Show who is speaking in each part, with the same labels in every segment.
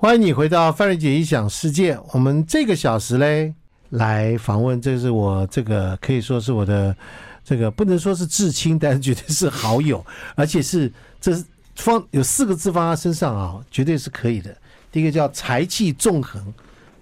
Speaker 1: 欢迎你回到范瑞姐一想世界。我们这个小时嘞，来访问，这是我这个可以说是我的这个不能说是至亲，但是绝对是好友，而且是这是放有四个字放在身上啊，绝对是可以的。第一个叫才气纵横，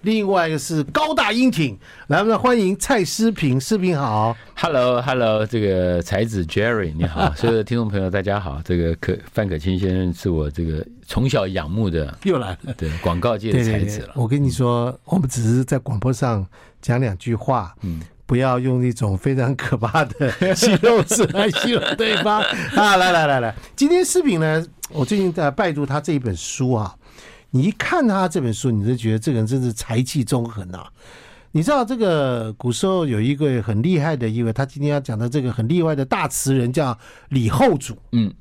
Speaker 1: 另外一个是高大英挺。来，我们欢迎蔡诗平，诗平好。
Speaker 2: Hello，Hello，这个才子 Jerry 你好，所有的听众朋友大家好，这个可范可清先生是我这个从小仰慕的，
Speaker 1: 又来了。
Speaker 2: 对广告界
Speaker 1: 对
Speaker 2: 的
Speaker 1: 对
Speaker 2: 才
Speaker 1: 对
Speaker 2: 子，了。
Speaker 1: 我跟你说，我们只是在广播上讲两句话，
Speaker 2: 嗯，
Speaker 1: 不要用一种非常可怕的形容词来形容对 方啊！来来来来，今天视频呢，我最近在拜读他这一本书啊，你一看他这本书，你就觉得这个人真是才气纵横啊！你知道这个古时候有一个很厉害的一位，他今天要讲的这个很厉害的大词人叫李后主，
Speaker 2: 嗯，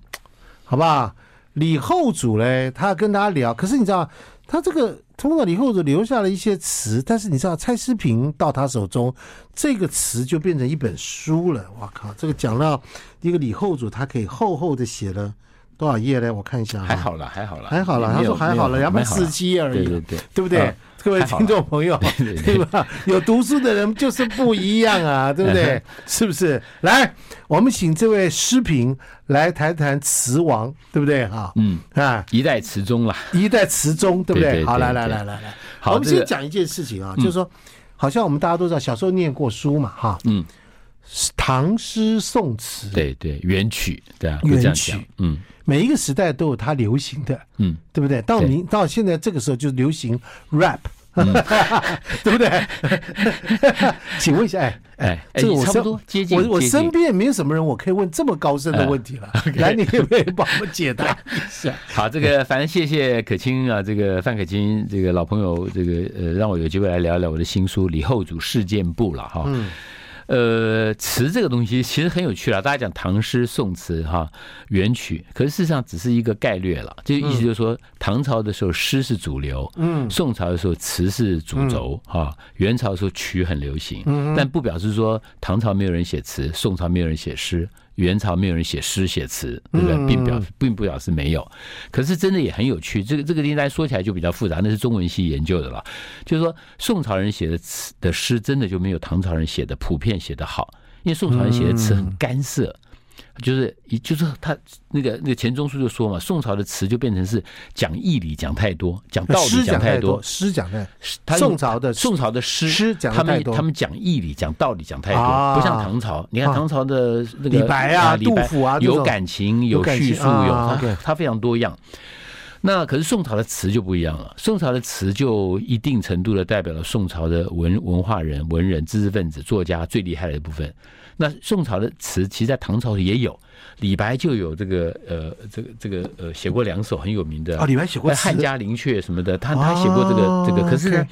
Speaker 1: 好吧？李后主嘞，他跟他聊，可是你知道，他这个通常李后主留下了一些词，但是你知道，蔡诗平到他手中，这个词就变成一本书了。我靠，这个讲到一个李后主，他可以厚厚的写了多少页嘞？我看一下、啊，
Speaker 2: 还，好啦，还好啦，
Speaker 1: 还好了。他
Speaker 2: 没有
Speaker 1: 说还好了，
Speaker 2: 没有
Speaker 1: 两百四十
Speaker 2: 蛮好
Speaker 1: 七
Speaker 2: 啦
Speaker 1: 而已。
Speaker 2: 对对对，
Speaker 1: 对不对
Speaker 2: 啊？
Speaker 1: 各位
Speaker 2: 太好了
Speaker 1: 听众朋友，
Speaker 2: 对对
Speaker 1: 对吧？有读书的人就是不一样 啊，对不
Speaker 2: 嗯
Speaker 1: 对？是不是？来，我们请这位诗评来谈谈词王，对不对？啊，
Speaker 2: 嗯，
Speaker 1: 啊，
Speaker 2: 一代词宗啦。
Speaker 1: 一代词中，对不
Speaker 2: 对
Speaker 1: 对？
Speaker 2: 对
Speaker 1: 好，
Speaker 2: 对
Speaker 1: 来来
Speaker 2: 对
Speaker 1: 来来来，
Speaker 2: 好
Speaker 1: 我们
Speaker 2: 这个
Speaker 1: 先
Speaker 2: 嗯
Speaker 1: 讲一件事情啊，就是说，好像我们大家都知道，小时候念过书嘛，哈，
Speaker 2: 嗯，
Speaker 1: 唐诗宋词，
Speaker 2: 对对，元曲，对啊，就这样
Speaker 1: 元
Speaker 2: 讲
Speaker 1: 曲，
Speaker 2: 嗯
Speaker 1: 每一个时代都有它流行的，
Speaker 2: 嗯，
Speaker 1: 对不对？到
Speaker 2: 对嗯
Speaker 1: 你到现在这个时候就流行 rap，、对不对？ 请问一下，哎
Speaker 2: 哎哎，
Speaker 1: 这个我
Speaker 2: 差
Speaker 1: 身
Speaker 2: 不多接近，
Speaker 1: 我我
Speaker 2: 接近啊
Speaker 1: 身边也没有什么人我可以问这么高深的问题了，来，你有没有帮我解 答一下？
Speaker 2: 好，这 个反正谢谢可清啊，这个范可清这个老朋友，这个呃，让我有机会来聊一聊我的新书《李后主事件簿》了哈。
Speaker 1: 嗯
Speaker 2: 呃，词这个东西其实很有趣啦，大家讲唐诗、宋词哈、元曲，可是事实上只是一个概略了，就意思就是说，唐朝的时候诗是主流，
Speaker 1: 嗯
Speaker 2: 宋朝的时候词是主轴哈、元朝的时候曲很流行，
Speaker 1: 嗯
Speaker 2: 但不表示说唐朝没有人写词，宋朝没有人写诗，元朝没有人写诗写词，对不
Speaker 1: 嗯
Speaker 2: 对？并表并不表示没有，可是真的也很有趣。这个这个应该说起来就比较复杂，那是中文系研究的了。就是说，宋朝人写的词的诗，真的就没有唐朝人写的普遍写的好，因为宋朝人写的词
Speaker 1: 嗯
Speaker 2: 很干涩。就是一就是他那个那个钱钟书就说嘛，宋朝的词就变成是讲义理讲太多，讲道
Speaker 1: 诗
Speaker 2: 理
Speaker 1: 讲
Speaker 2: 讲
Speaker 1: 太
Speaker 2: 太
Speaker 1: 多，
Speaker 2: 多。
Speaker 1: 诗讲太
Speaker 2: 他
Speaker 1: 宋朝的
Speaker 2: 宋朝的诗
Speaker 1: 诗讲得
Speaker 2: 他
Speaker 1: 太
Speaker 2: 们
Speaker 1: 多
Speaker 2: 他们讲义理讲道理讲太
Speaker 1: 啊
Speaker 2: 多，不像唐朝。你看
Speaker 1: 啊
Speaker 2: 唐朝的那个
Speaker 1: 李白啊
Speaker 2: 李白
Speaker 1: 杜甫啊这种
Speaker 2: 有感情
Speaker 1: 有
Speaker 2: 有
Speaker 1: 感情
Speaker 2: 叙述
Speaker 1: 啊
Speaker 2: 有
Speaker 1: ，OK
Speaker 2: 它它非常多样。那可是宋朝的词就不一样了，宋朝的词就一定程度的代表了宋朝的文文化人、文人、知识分子、作家最厉害的部分。那宋朝的词，其实在唐朝也有，李白就有这个呃，这个这个呃，写过两首很有名的
Speaker 1: 哦，李白写过
Speaker 2: 哎
Speaker 1: 词
Speaker 2: 汉家林雀什么的，他他写过这个、
Speaker 1: 哦
Speaker 2: 这个，可是呢
Speaker 1: OK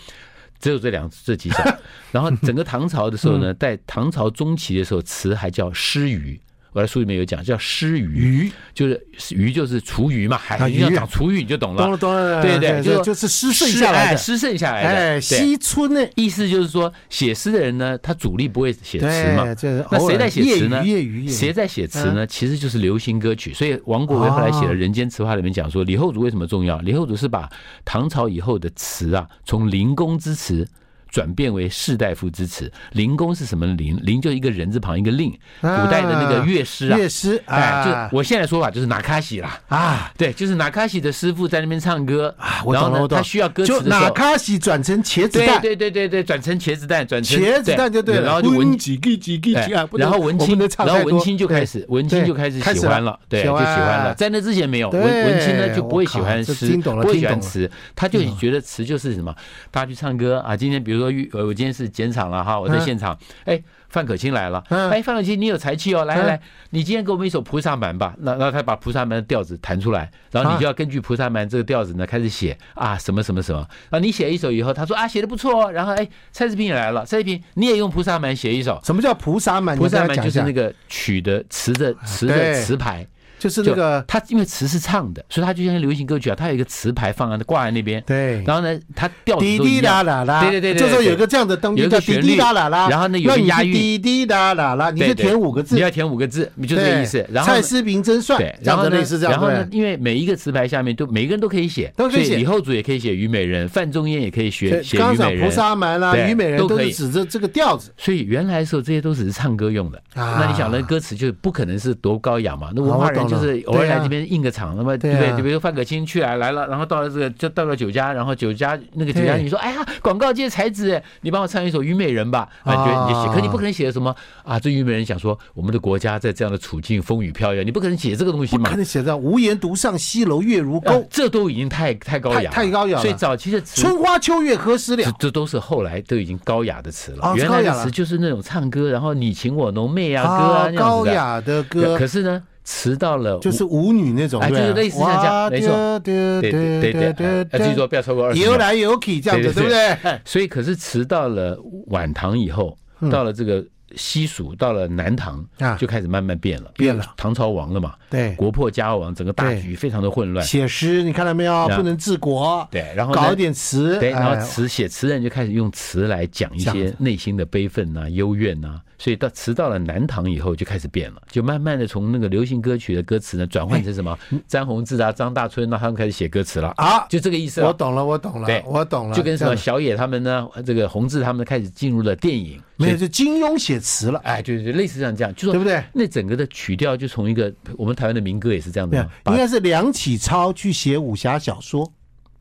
Speaker 2: 只有这两这几首。 然后整个唐朝的时候呢，
Speaker 1: 嗯
Speaker 2: 在唐朝中期的时候，词还叫诗鱼。我在书里面有讲，叫诗鱼，
Speaker 1: 鱼，
Speaker 2: 就是鱼就是厨余嘛，
Speaker 1: 啊
Speaker 2: 海你要
Speaker 1: 鱼
Speaker 2: 讲厨余你就懂
Speaker 1: 懂了
Speaker 2: 了。
Speaker 1: 懂了，
Speaker 2: 对对，
Speaker 1: 就是就是诗剩下来
Speaker 2: 哎
Speaker 1: 的，
Speaker 2: 诗剩下来的，
Speaker 1: 哎，
Speaker 2: 对
Speaker 1: 惜春呢？
Speaker 2: 意思就是说，写诗的人呢，他主力不会写词嘛
Speaker 1: 对，，这是
Speaker 2: 那
Speaker 1: 偶
Speaker 2: 谁
Speaker 1: 尔
Speaker 2: 在写词呢？
Speaker 1: 业余业余业余
Speaker 2: 谁在写词呢？其实就是流行歌曲。所以王国维后来写了
Speaker 1: 嗯哦
Speaker 2: 《人间词话》里面讲说，李后主为什么重要？李后主是把唐朝以后的词啊，从临工之词。转变为士大夫之词，临工是什么临？临就一个人字旁一个令，
Speaker 1: 啊
Speaker 2: 古代的那个乐师啊，
Speaker 1: 乐师
Speaker 2: 哎
Speaker 1: 啊，，
Speaker 2: 就我现在说法就是拿卡西啦，
Speaker 1: 啊。
Speaker 2: 对，就是拿卡西的师傅在那边唱歌，
Speaker 1: 啊，我
Speaker 2: 然
Speaker 1: 懂
Speaker 2: 后
Speaker 1: 了，我懂
Speaker 2: 呢，他
Speaker 1: 了。
Speaker 2: 需要歌词
Speaker 1: 就
Speaker 2: 的时
Speaker 1: 哪
Speaker 2: 候，
Speaker 1: 卡西转成茄子
Speaker 2: 对
Speaker 1: 蛋，
Speaker 2: 对对对对，转成茄子蛋，转成
Speaker 1: 茄子蛋就对了。嗯
Speaker 2: 然后就文
Speaker 1: 滚几个几个
Speaker 2: 哎
Speaker 1: 几啊，不能
Speaker 2: 然后文
Speaker 1: 我不
Speaker 2: 青
Speaker 1: 能，唱
Speaker 2: 然
Speaker 1: 太
Speaker 2: 后
Speaker 1: 多
Speaker 2: 文青就开始，文青就开始
Speaker 1: 开始
Speaker 2: 喜欢
Speaker 1: 了
Speaker 2: 了，对，
Speaker 1: 喜
Speaker 2: 就喜
Speaker 1: 欢
Speaker 2: 欢了。在那之前没有，
Speaker 1: 对
Speaker 2: 文文青呢就不会喜
Speaker 1: 我靠
Speaker 2: 欢
Speaker 1: 这
Speaker 2: 诗，
Speaker 1: 听懂了
Speaker 2: 不会
Speaker 1: 听
Speaker 2: 喜欢
Speaker 1: 懂了嗯
Speaker 2: 词，他就觉得词就是什么，大家去唱歌啊。今天比如说遇，呃我今天是剪场了哈，我在
Speaker 1: 嗯
Speaker 2: 现场，哎，范可清来了，
Speaker 1: 嗯
Speaker 2: 哎，范可清你有才气哦，来来
Speaker 1: 嗯
Speaker 2: 来，你今天给我们一首《菩萨蛮》吧。那那他把《菩萨蛮》的调子弹出来，然后
Speaker 1: 啊
Speaker 2: 你就要根据《菩萨蛮》这个调子呢开始写啊什么什么什么。然后你写一首以后，他说啊写的不错哦，然后哎蔡志平也来了，蔡志平你也用《菩萨蛮》写一首。
Speaker 1: 什么叫菩萨满？
Speaker 2: 哎菩萨
Speaker 1: 你
Speaker 2: 蛮
Speaker 1: 跟大家
Speaker 2: 就是
Speaker 1: 讲一
Speaker 2: 那
Speaker 1: 下
Speaker 2: 个曲的词的词
Speaker 1: 啊对
Speaker 2: 的词牌，
Speaker 1: 就是那个
Speaker 2: 它因为词是唱的，所以它就像流行歌曲啊，它有一个词牌放在挂在那边，
Speaker 1: 对，
Speaker 2: 然后呢，它调子
Speaker 1: 滴
Speaker 2: 都一
Speaker 1: 滴
Speaker 2: 样
Speaker 1: 答。答啦，
Speaker 2: 对对对对对
Speaker 1: 这时候有一个这样的东
Speaker 2: 有
Speaker 1: 西
Speaker 2: 一
Speaker 1: 叫
Speaker 2: 个
Speaker 1: 滴
Speaker 2: 旋律
Speaker 1: 滴答答啦，
Speaker 2: 然后呢有
Speaker 1: 那
Speaker 2: 个
Speaker 1: 你
Speaker 2: 押
Speaker 1: 是
Speaker 2: 韵
Speaker 1: 滴滴答答啦，你
Speaker 2: 对
Speaker 1: 是
Speaker 2: 对
Speaker 1: 填五个字，
Speaker 2: 你要填五个字，就这个意思
Speaker 1: 对。
Speaker 2: 然后
Speaker 1: 蔡
Speaker 2: 呢
Speaker 1: 思明真帅，
Speaker 2: 对，
Speaker 1: 这
Speaker 2: 然
Speaker 1: 样
Speaker 2: 后
Speaker 1: 的
Speaker 2: 呢
Speaker 1: 类似这样，
Speaker 2: 然后呢
Speaker 1: 对，
Speaker 2: 因为每一个词牌下面都每个人都可以写，
Speaker 1: 都可以写
Speaker 2: 所李后主也可以写虞美人，范仲淹也可以写
Speaker 1: 对
Speaker 2: 写
Speaker 1: 刚
Speaker 2: 虞
Speaker 1: 讲
Speaker 2: 美
Speaker 1: 菩
Speaker 2: 人。
Speaker 1: 萨蛮啦、
Speaker 2: 对
Speaker 1: 虞美人
Speaker 2: 都
Speaker 1: 都
Speaker 2: 可
Speaker 1: 是
Speaker 2: 以
Speaker 1: 指这这个调子，
Speaker 2: 所以原来的时候，这些都只是唱歌用的。
Speaker 1: 啊
Speaker 2: 那你想，那歌词就不可能是多高雅嘛？那文
Speaker 1: 啊
Speaker 2: 化
Speaker 1: 我懂
Speaker 2: 人就
Speaker 1: 了
Speaker 2: 是偶尔
Speaker 1: 对啊
Speaker 2: 来这边应个场，那么
Speaker 1: 对
Speaker 2: 对
Speaker 1: 啊
Speaker 2: 不对？就比如说范可新去啊来了，然后到了这个就到了酒家，然后酒家那个酒家
Speaker 1: 对
Speaker 2: 女说：“哎呀，广告界才子，你帮我唱一首《虞美人》吧。”啊，你就你就写，
Speaker 1: 啊
Speaker 2: 可你不可能写什么啊？这虞美人想说，我们的国家在这样的处境风雨飘摇，你不可能写这个东西
Speaker 1: 不
Speaker 2: 嘛
Speaker 1: 可？能写到“无言独上西楼月如
Speaker 2: 啊
Speaker 1: 钩，
Speaker 2: 这都已经太太高雅了，
Speaker 1: 太太高雅了
Speaker 2: 所以早期的词啊
Speaker 1: 春花秋月何时
Speaker 2: 这
Speaker 1: 了
Speaker 2: 这都是后来都已经高雅的词了，
Speaker 1: 哦是
Speaker 2: 原
Speaker 1: 高
Speaker 2: 来
Speaker 1: 雅
Speaker 2: 的
Speaker 1: 了哦
Speaker 2: 词就是那种唱歌，然后你情我浓妹啊歌啊那样
Speaker 1: 高
Speaker 2: 子的。
Speaker 1: 雅的
Speaker 2: 可
Speaker 1: 歌
Speaker 2: 可是呢，词到了
Speaker 1: 就是
Speaker 2: 我
Speaker 1: 舞女那种，
Speaker 2: 哎
Speaker 1: 对啊
Speaker 2: 就是类似像这样
Speaker 1: 哇
Speaker 2: 没错
Speaker 1: 对
Speaker 2: 对对对对对，哎要记住不要超过二十
Speaker 1: 有
Speaker 2: 秒。
Speaker 1: 来有去这样子，对
Speaker 2: 对
Speaker 1: 不
Speaker 2: 对
Speaker 1: 对？ 嗯
Speaker 2: 所以可是词到了晚唐以后，到了这个西蜀，到了南唐
Speaker 1: 啊
Speaker 2: 就开始慢慢变了，
Speaker 1: 变了
Speaker 2: 因为唐朝亡了嘛，
Speaker 1: 对，
Speaker 2: 国破家亡，整个大
Speaker 1: 对
Speaker 2: 局非常的混乱。
Speaker 1: 写诗你看到没有？
Speaker 2: 啊
Speaker 1: 不能治国，
Speaker 2: 对，然后呢
Speaker 1: 搞一点词，
Speaker 2: 对，然
Speaker 1: 哎
Speaker 2: 后词写词人就开始用词来讲一些内心的悲愤呐、幽怨呐、所以到词到了南唐以后就开始变了，就慢慢的从那个流行歌曲的歌词呢转
Speaker 1: 哎
Speaker 2: 换成什么詹宏志啊、张大春啊，他们开始写歌词了，
Speaker 1: 嗯啊，
Speaker 2: 就这个意思
Speaker 1: 我
Speaker 2: 了。
Speaker 1: 懂了，我懂了
Speaker 2: 对，
Speaker 1: 我懂了，
Speaker 2: 就跟什么
Speaker 1: 这样
Speaker 2: 小野他们呢，这个洪志他们开始进入了电影，
Speaker 1: 没有，
Speaker 2: 所
Speaker 1: 就
Speaker 2: 以，
Speaker 1: 金庸写词了，
Speaker 2: 哎，对对，对类似像这样，就
Speaker 1: 对不
Speaker 2: 说
Speaker 1: 对？
Speaker 2: 那整个的曲调就从一个我们台湾的民歌也是这样
Speaker 1: 没
Speaker 2: 的
Speaker 1: 有
Speaker 2: 嘛，，
Speaker 1: 应
Speaker 2: 把
Speaker 1: 该是梁启超去写武侠小说，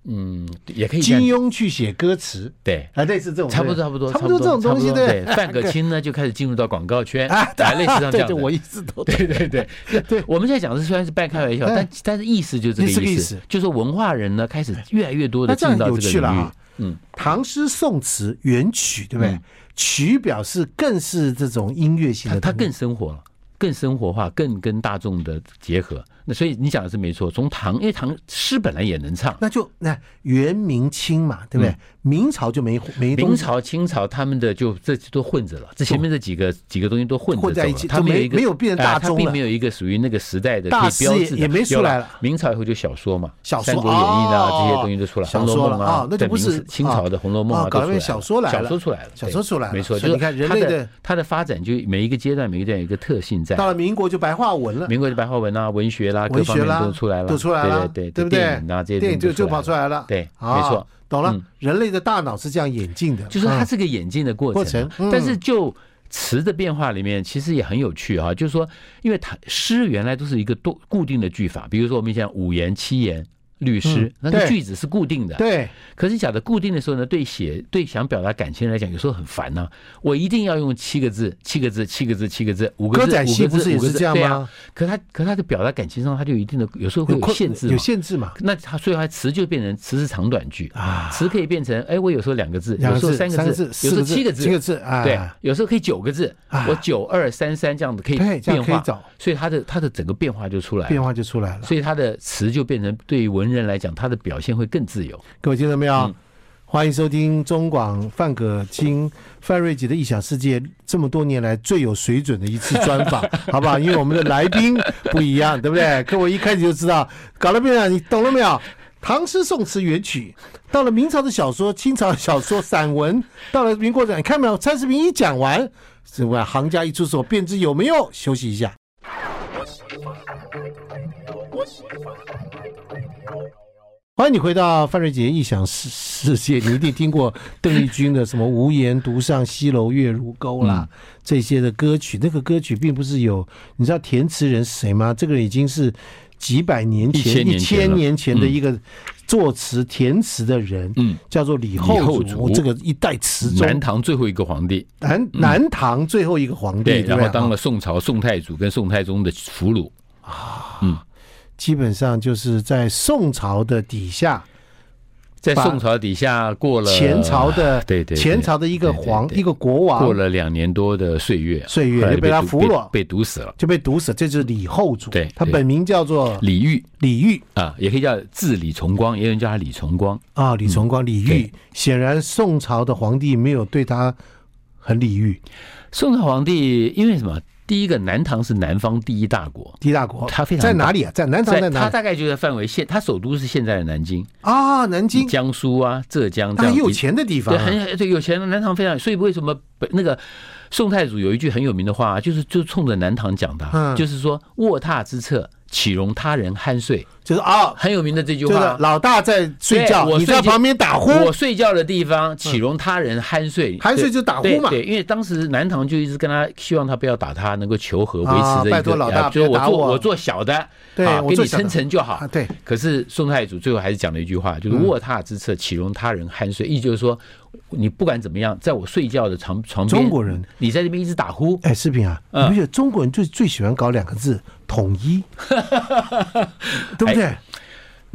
Speaker 2: 嗯也可以这
Speaker 1: 金
Speaker 2: 样
Speaker 1: 庸去写歌词，
Speaker 2: 对。
Speaker 1: 啊，类似这种，
Speaker 2: 差不多，差不多，
Speaker 1: 差不多这种东西，
Speaker 2: 差不多对
Speaker 1: 对。
Speaker 2: 范可清呢，就开始进入到广告圈，
Speaker 1: 啊
Speaker 2: 啊，类似像这
Speaker 1: 对
Speaker 2: 样
Speaker 1: 对，
Speaker 2: 的。
Speaker 1: 我一直都
Speaker 2: 对对对对，我们现在讲的虽然是半开玩笑，
Speaker 1: 哎
Speaker 2: 但但是意思就是这
Speaker 1: 是这
Speaker 2: 个
Speaker 1: 个意
Speaker 2: 意
Speaker 1: 思
Speaker 2: 思，就是文化人呢开始越来越多
Speaker 1: 那
Speaker 2: 的
Speaker 1: 这
Speaker 2: 进
Speaker 1: 样
Speaker 2: 到
Speaker 1: 有趣
Speaker 2: 这
Speaker 1: 了
Speaker 2: 个
Speaker 1: 啊
Speaker 2: 领域
Speaker 1: 哈。
Speaker 2: 嗯，
Speaker 1: 唐诗、宋词、元曲，对不对
Speaker 2: 嗯？
Speaker 1: 曲表示更是这种音乐性
Speaker 2: 它
Speaker 1: 的
Speaker 2: 它
Speaker 1: 东西，
Speaker 2: 更生活了，更生活化，更跟大众的结合。那所以你讲的是没错，从唐，因为唐诗本来也能唱，
Speaker 1: 那就那元明清嘛，对不对？明朝就没没东
Speaker 2: 嗯明
Speaker 1: 西
Speaker 2: 朝、清朝他们的就这都混着了，这前面这几个几个东西都混着
Speaker 1: 混在
Speaker 2: 走
Speaker 1: 一
Speaker 2: 了
Speaker 1: 起
Speaker 2: 它
Speaker 1: 就
Speaker 2: 没有
Speaker 1: 没
Speaker 2: 一个
Speaker 1: 没有变大
Speaker 2: 哎
Speaker 1: 宗
Speaker 2: 它并
Speaker 1: 了
Speaker 2: 没有一个属于那个时代的
Speaker 1: 大
Speaker 2: 可以
Speaker 1: 师
Speaker 2: 标
Speaker 1: 也
Speaker 2: 志的
Speaker 1: 也没出
Speaker 2: 有
Speaker 1: 来了
Speaker 2: 明朝以后就小说嘛，
Speaker 1: 小说
Speaker 2: 三国演义》啊
Speaker 1: 哦
Speaker 2: 这些东西就出来，《
Speaker 1: 小
Speaker 2: 红楼
Speaker 1: 说
Speaker 2: 梦》
Speaker 1: 了啊那就
Speaker 2: 对
Speaker 1: 不
Speaker 2: 明
Speaker 1: 是
Speaker 2: 史清朝的《红楼梦》
Speaker 1: 啊
Speaker 2: 啊，
Speaker 1: 搞了
Speaker 2: 都出来了
Speaker 1: 小说来了
Speaker 2: 小说出来了，
Speaker 1: 小
Speaker 2: 对
Speaker 1: 说出来了
Speaker 2: 没错，
Speaker 1: 所以
Speaker 2: 就是
Speaker 1: 你看人
Speaker 2: 它
Speaker 1: 类
Speaker 2: 的
Speaker 1: 的
Speaker 2: 它的发展，就每一个阶段每个阶段有一个特性在
Speaker 1: 到。了民国就白话文了，
Speaker 2: 民国的白话文啊、文学啦，各
Speaker 1: 文
Speaker 2: 方
Speaker 1: 学
Speaker 2: 面
Speaker 1: 啦
Speaker 2: 都出来了，
Speaker 1: 都出来了，对
Speaker 2: 对对
Speaker 1: 不对？
Speaker 2: 电影啊这些
Speaker 1: 电影
Speaker 2: 东
Speaker 1: 就
Speaker 2: 西都
Speaker 1: 就跑出
Speaker 2: 了，
Speaker 1: 来了，
Speaker 2: 对
Speaker 1: 啊
Speaker 2: 没错，
Speaker 1: 懂了
Speaker 2: 嗯。
Speaker 1: 人类的大脑是这样演进的，
Speaker 2: 就是它
Speaker 1: 嗯
Speaker 2: 是个演进的过程
Speaker 1: 过
Speaker 2: 啊、
Speaker 1: 程嗯
Speaker 2: 但是就词的变化里面，其实也很有趣啊。就是说，因为它诗原来都是一个多固定的句法，比如说我们讲五言、七言、律诗，
Speaker 1: 嗯
Speaker 2: 那个
Speaker 1: 对
Speaker 2: 句子是固定的。
Speaker 1: 对
Speaker 2: 可是讲的固定的时候呢，对写对想表达感情来讲，有时候很烦呢、我一定要用七个字，七个字，七个字，七个字，五个
Speaker 1: 歌
Speaker 2: 字，
Speaker 1: 仔
Speaker 2: 五
Speaker 1: 戏
Speaker 2: 个
Speaker 1: 不是
Speaker 2: 字，
Speaker 1: 也
Speaker 2: 五个
Speaker 1: 是
Speaker 2: 字，
Speaker 1: 这样
Speaker 2: 对啊
Speaker 1: 吗？。
Speaker 2: 可他可他的表达感情上，他就有一定的有时候会
Speaker 1: 有
Speaker 2: 有
Speaker 1: 困
Speaker 2: 限制嘛
Speaker 1: 有。限制嘛
Speaker 2: 那他所以他词就变成词是长短句
Speaker 1: 啊
Speaker 2: 词可以变成哎，我有时候两个字，
Speaker 1: 两
Speaker 2: 有
Speaker 1: 个
Speaker 2: 时候
Speaker 1: 字、
Speaker 2: 三个字，有
Speaker 1: 四
Speaker 2: 时候
Speaker 1: 个
Speaker 2: 七个字，
Speaker 1: 七个字啊，
Speaker 2: 对，有时候可以九个字
Speaker 1: 啊，
Speaker 2: 我九二三三这样子可以
Speaker 1: 对，这
Speaker 2: 变
Speaker 1: 样可以
Speaker 2: 化，
Speaker 1: 找
Speaker 2: 所以它的它的整个变化就出来
Speaker 1: 变
Speaker 2: 了。
Speaker 1: 化就出来了。
Speaker 2: 所以它的词就变成对于文人来讲，它的表现会更自由。
Speaker 1: 各位听到没有？
Speaker 2: 嗯
Speaker 1: 欢迎收听中广范可清、范瑞杰的异想世界，这么多年来最有水准的一次专访，好不好？因为我们的来宾不一样，对不对？各位一开始就知道，搞了没有？你懂了没有？唐诗、宋词、元曲，到了明朝的小说、清朝的小说、散文，到了民国的，你看没有？蔡世平一讲完，是吧？行家一出手，便知有没有。休息一下。欢迎你回到范瑞杰异想世世界，你一定听过邓丽君的什么“无言独上西楼月如钩”啦、
Speaker 2: 嗯
Speaker 1: 这些的歌曲。那个歌曲并不是有，你知道填词人是谁吗？这个人已经是几百年前、
Speaker 2: 1000年前了
Speaker 1: 1000年前的一个作词填词的人，
Speaker 2: 嗯，
Speaker 1: 叫做李后
Speaker 2: 李
Speaker 1: 主，
Speaker 2: 后主
Speaker 1: 这个一代词
Speaker 2: 南
Speaker 1: 宗，
Speaker 2: 唐最后一个皇帝，
Speaker 1: 南南唐最后一个皇帝，对不对，
Speaker 2: 嗯然后当
Speaker 1: 啊
Speaker 2: 了宋朝宋太祖跟宋太宗的俘虏。
Speaker 1: 基本上就是在宋朝的底下，
Speaker 2: 在
Speaker 1: 把
Speaker 2: 宋朝底下过了啊
Speaker 1: 前朝的
Speaker 2: 对对对
Speaker 1: 前朝的一个
Speaker 2: 对对
Speaker 1: 皇
Speaker 2: 对
Speaker 1: 一个国王
Speaker 2: 过了两年多的岁月，啊
Speaker 1: 岁月
Speaker 2: 后来
Speaker 1: 就被他
Speaker 2: 毒
Speaker 1: 俘虏
Speaker 2: 被被毒死了。
Speaker 1: 就被毒死，这就是李后主。
Speaker 2: 对
Speaker 1: 他
Speaker 2: 对
Speaker 1: 本名叫做
Speaker 2: 李煜
Speaker 1: 李煜
Speaker 2: 啊，也可以叫字李重光，也有人叫他李重光。
Speaker 1: 啊，李崇光、李煜
Speaker 2: 嗯对。
Speaker 1: 显然宋朝的皇帝没有对他很礼遇，
Speaker 2: 宋朝皇帝因为什么？第一个，南唐是南方第一大国，
Speaker 1: 第一大国，
Speaker 2: 它非常
Speaker 1: 在哪里啊？在南唐在哪
Speaker 2: 它
Speaker 1: 里
Speaker 2: 大概就在范围现，它首都是现在的南京、
Speaker 1: 啊？南京，
Speaker 2: 江苏啊、浙江这
Speaker 1: 那
Speaker 2: 样
Speaker 1: 很
Speaker 2: 一。
Speaker 1: 有钱的地方
Speaker 2: 对，
Speaker 1: 啊，
Speaker 2: 很对有钱的南唐非常，所以为什么北那个宋太祖有一句很有名的话，就是就冲着南唐讲的啊，
Speaker 1: 嗯
Speaker 2: 就是说卧榻之侧，岂容他人酣睡，
Speaker 1: 就是啊，
Speaker 2: 很有名的这句
Speaker 1: 就
Speaker 2: 话
Speaker 1: 是
Speaker 2: 啊。
Speaker 1: 老大在睡觉，
Speaker 2: 对我
Speaker 1: 你在
Speaker 2: 睡觉
Speaker 1: 旁边打呼，
Speaker 2: 我睡觉的地方，岂容他人酣睡？
Speaker 1: 酣睡就打呼
Speaker 2: 对
Speaker 1: 嘛。
Speaker 2: 对，因为当时南唐就一直跟他希望他不要打他，能够求和，维
Speaker 1: 啊
Speaker 2: 持着一个，
Speaker 1: 拜托老大
Speaker 2: 啊就是
Speaker 1: 别
Speaker 2: 我
Speaker 1: 打
Speaker 2: 做
Speaker 1: 我
Speaker 2: 我做小的，
Speaker 1: 对
Speaker 2: 啊
Speaker 1: 我
Speaker 2: 跟
Speaker 1: 做
Speaker 2: 你
Speaker 1: 小的
Speaker 2: 称臣就好
Speaker 1: 啊，。嗯对，
Speaker 2: 可是宋太祖最后还是讲了一句话，就是卧榻之侧，岂容他人酣睡。意思就是说，你不管怎么样，在我睡觉的床床边，
Speaker 1: 中国人
Speaker 2: 你在这边一直打呼，
Speaker 1: 哎，视频啊，你
Speaker 2: 嗯
Speaker 1: 不觉得中国人最最喜欢搞两个字统一， 对不对？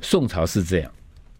Speaker 2: 宋朝是这样，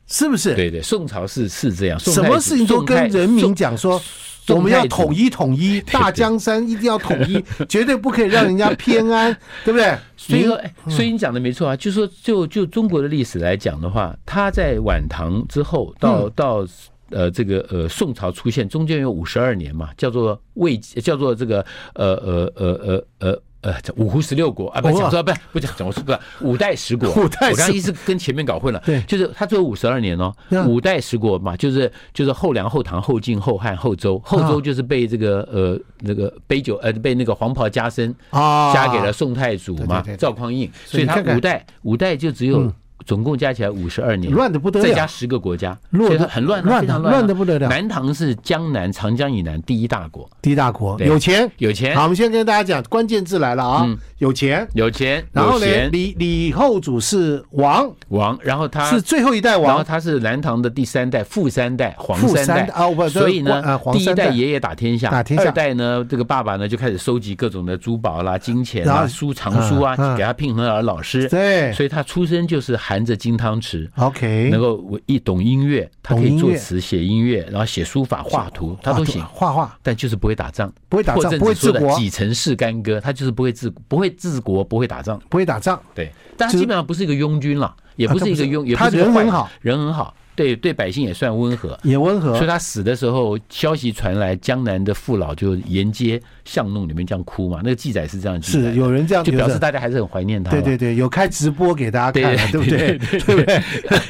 Speaker 1: 是不是？
Speaker 2: 哎对对，宋朝是是这样，宋
Speaker 1: 什
Speaker 2: 太
Speaker 1: 么
Speaker 2: 祖
Speaker 1: 事情都
Speaker 2: 宋太
Speaker 1: 跟人民讲说。
Speaker 2: 宋
Speaker 1: 我们要
Speaker 2: 太祖
Speaker 1: 统一统一，大江山一定要统 一，绝对不可以让人家偏安，对不对？
Speaker 2: 所以说，哎所以你讲的没错啊，就说就就中国的历史来讲的话，它在晚唐之
Speaker 1: 嗯
Speaker 2: 后到到呃这个呃宋朝出现，中间有五十二年嘛，叫做魏，叫做这个呃呃呃呃呃。呃，这五胡十六国啊，不
Speaker 1: 哦
Speaker 2: 讲错，不不讲，我是不是五代十国？
Speaker 1: 五代十国
Speaker 2: 我刚刚一直跟前面搞混了。
Speaker 1: 对
Speaker 2: 就是它只有五十二年哦
Speaker 1: 嗯，
Speaker 2: 五代十国嘛，就是就是后梁、后唐、后晋、后汉、后周，后
Speaker 1: 嗯
Speaker 2: 周就是被这个呃那个杯酒呃被那个黄袍加身
Speaker 1: 啊，
Speaker 2: 加给了宋太祖嘛
Speaker 1: 对对对，
Speaker 2: 赵匡胤，
Speaker 1: 所
Speaker 2: 所
Speaker 1: 以
Speaker 2: 以
Speaker 1: 你
Speaker 2: 他
Speaker 1: 看看
Speaker 2: 五代五代就只有
Speaker 1: 嗯
Speaker 2: 总共加起来五十二年，
Speaker 1: 乱得不得
Speaker 2: 再加
Speaker 1: 了，
Speaker 2: 十个国家，
Speaker 1: 乱
Speaker 2: 所
Speaker 1: 得
Speaker 2: 以它很乱啊，
Speaker 1: 乱
Speaker 2: 非
Speaker 1: 的
Speaker 2: 常乱啊
Speaker 1: 乱得不得了。
Speaker 2: 南唐是江南长江以南第一大国，
Speaker 1: 第一大国
Speaker 2: 对
Speaker 1: 有钱，
Speaker 2: 有钱
Speaker 1: 好，我们先跟大家讲关键字来了啊，有钱。
Speaker 2: 有钱，
Speaker 1: 然后
Speaker 2: 有
Speaker 1: 呢，
Speaker 2: 闲
Speaker 1: 李李后主是王，
Speaker 2: 王，然后他
Speaker 1: 是最后一代
Speaker 2: 啊然后
Speaker 1: 王，
Speaker 2: 他是南唐的第三代、富三代、黄
Speaker 1: 富三
Speaker 2: 代
Speaker 1: 代啊不
Speaker 2: 所以
Speaker 1: 这呃
Speaker 2: 呢
Speaker 1: 黄，
Speaker 2: 第一
Speaker 1: 三代
Speaker 2: 代爷爷打天下，
Speaker 1: 打天下
Speaker 2: 二代呢，这个爸爸呢就开始收集各种的珠宝啦、金钱
Speaker 1: 然后
Speaker 2: 啦、书藏书啊
Speaker 1: 嗯嗯，
Speaker 2: 给他聘和而老师，
Speaker 1: 对
Speaker 2: 所以他出生就是含着金汤匙，
Speaker 1: ，OK，
Speaker 2: 能够一懂音乐，他可
Speaker 1: 懂音
Speaker 2: 以
Speaker 1: 乐
Speaker 2: 作词、写音乐，然后写书法、画图，他都行，
Speaker 1: 啊画画
Speaker 2: 但就是不会打仗，
Speaker 1: 不会打
Speaker 2: 或
Speaker 1: 仗，
Speaker 2: 者
Speaker 1: 不会
Speaker 2: 说
Speaker 1: 治
Speaker 2: 的
Speaker 1: 国，啊
Speaker 2: 几成是干戈，他就是不会治，不会治国，不会打仗。
Speaker 1: 不会打仗，
Speaker 2: 对，但他
Speaker 1: 就是
Speaker 2: 基本上不是一个拥军了，也
Speaker 1: 啊
Speaker 2: 不是一
Speaker 1: 他
Speaker 2: 个
Speaker 1: 不是
Speaker 2: 拥，也不
Speaker 1: 他
Speaker 2: 是一个
Speaker 1: 人
Speaker 2: 坏
Speaker 1: 很
Speaker 2: 人
Speaker 1: 好，啊
Speaker 2: 人很好，对对，百姓也算温和。
Speaker 1: 也温
Speaker 2: 所以
Speaker 1: 和，
Speaker 2: 他死的时候，消息传来，江南的父老就沿街巷弄里面这样哭嘛。那个记载是这样记载的，
Speaker 1: 是有人这样
Speaker 2: 就
Speaker 1: 觉
Speaker 2: 表示
Speaker 1: 得。
Speaker 2: 大家还是很怀念他。
Speaker 1: 对对。对，有开直播给大家看了，对
Speaker 2: 对
Speaker 1: 不对？对 不对？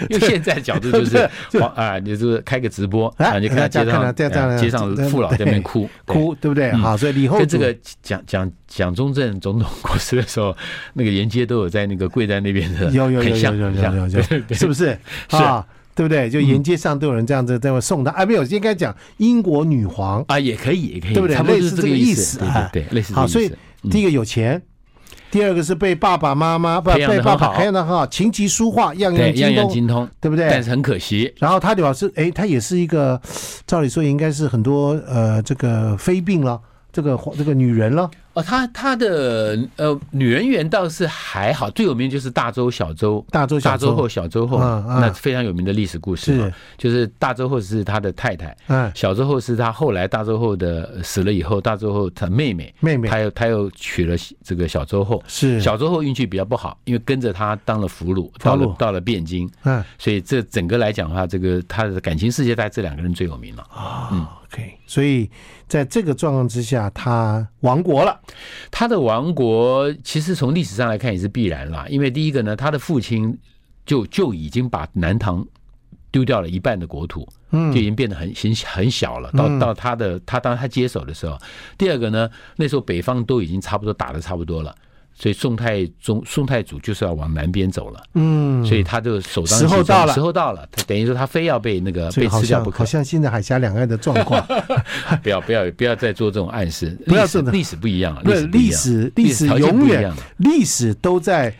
Speaker 2: 用现在角度就
Speaker 1: 对
Speaker 2: 是黄啊，你就是开个直播
Speaker 1: 哎
Speaker 2: 啊，你看他街
Speaker 1: 大家看到
Speaker 2: 上
Speaker 1: 这样这样
Speaker 2: 啊街上父老在那边哭
Speaker 1: 哭，对不对？
Speaker 2: 嗯
Speaker 1: 好，所以李后
Speaker 2: 跟
Speaker 1: 主
Speaker 2: 这个蒋蒋蒋中正总统过世的时候，那个沿街都有在那个跪在那边的，
Speaker 1: 有有有
Speaker 2: 很
Speaker 1: 有
Speaker 2: 像
Speaker 1: 有
Speaker 2: 很像
Speaker 1: 有有有，是不是啊？对不
Speaker 2: 嗯
Speaker 1: 对？就沿街上都有人这样子在那送他，啊，没有，应该讲英国女皇。
Speaker 2: 啊，也可以，也可以，
Speaker 1: 对不对
Speaker 2: 差不多
Speaker 1: 类
Speaker 2: 就
Speaker 1: 似
Speaker 2: 是
Speaker 1: 这
Speaker 2: 这个
Speaker 1: 个意
Speaker 2: 意
Speaker 1: 思
Speaker 2: 思，对
Speaker 1: 啊
Speaker 2: 对对，类似这个
Speaker 1: 好，所
Speaker 2: 意
Speaker 1: 以
Speaker 2: 思。嗯
Speaker 1: 第一个有钱，第二个是被爸爸妈妈不
Speaker 2: 培养得
Speaker 1: 被爸
Speaker 2: 很
Speaker 1: 爸
Speaker 2: 好
Speaker 1: 培养的很好，琴棋书画样样
Speaker 2: 对，样
Speaker 1: 精
Speaker 2: 样
Speaker 1: 通，
Speaker 2: 精通，
Speaker 1: 对不对
Speaker 2: 但？是很可惜，
Speaker 1: 然后他表示，哎，他也是一个，照理说也应该是很多呃这个非病了，这个这个女人了，
Speaker 2: 哦，他他的呃女人缘倒是还好，最有名就是大周、小周。
Speaker 1: 大周小
Speaker 2: 大周后、小周后，
Speaker 1: 嗯嗯
Speaker 2: 那非常有名的历史故事嘛
Speaker 1: 是，
Speaker 2: 就是大周后是他的太太，
Speaker 1: 嗯，
Speaker 2: 小周后是他后来大周后的呃死了以后，大周后他妹妹，
Speaker 1: 妹妹
Speaker 2: 他又他又娶了这个小周后，
Speaker 1: 是
Speaker 2: 小周后运气比较不好，因为跟着他当了俘虏，
Speaker 1: 俘虏
Speaker 2: 到了到了汴京，
Speaker 1: 嗯
Speaker 2: 所以这整个来讲的话，这个他的感情世界，大概这两个人最有名了。
Speaker 1: 啊，OK，所以在这个状况之下，他亡国了，
Speaker 2: 他的亡国其实从历史上来看也是必然啦，因为第一个呢，他的父亲就就已经把南唐丢掉了一半的国土，
Speaker 1: 嗯
Speaker 2: 就已经变得很很很小了。到到他的他当他接手的时候，第二个呢，那时候北方都已经差不多打的差不多了。所以宋太宗、宋太祖就是要往南边走了，
Speaker 1: 嗯，
Speaker 2: 所以他就首当
Speaker 1: 时候
Speaker 2: 其冲
Speaker 1: 到了
Speaker 2: 时候到了，他等于说他非要被那个
Speaker 1: 所
Speaker 2: 被
Speaker 1: 以好
Speaker 2: 吃掉
Speaker 1: 像
Speaker 2: 不
Speaker 1: 好
Speaker 2: 可。
Speaker 1: 像现在海峡两岸的状 况，
Speaker 2: 不要不要不要再做这种暗示，
Speaker 1: 不要
Speaker 2: 历史
Speaker 1: 做的
Speaker 2: 历史不一样了，
Speaker 1: 不是
Speaker 2: 不一
Speaker 1: 历
Speaker 2: 样
Speaker 1: 史历史
Speaker 2: 条件
Speaker 1: 永
Speaker 2: 不一
Speaker 1: 远
Speaker 2: 样了
Speaker 1: 历史都在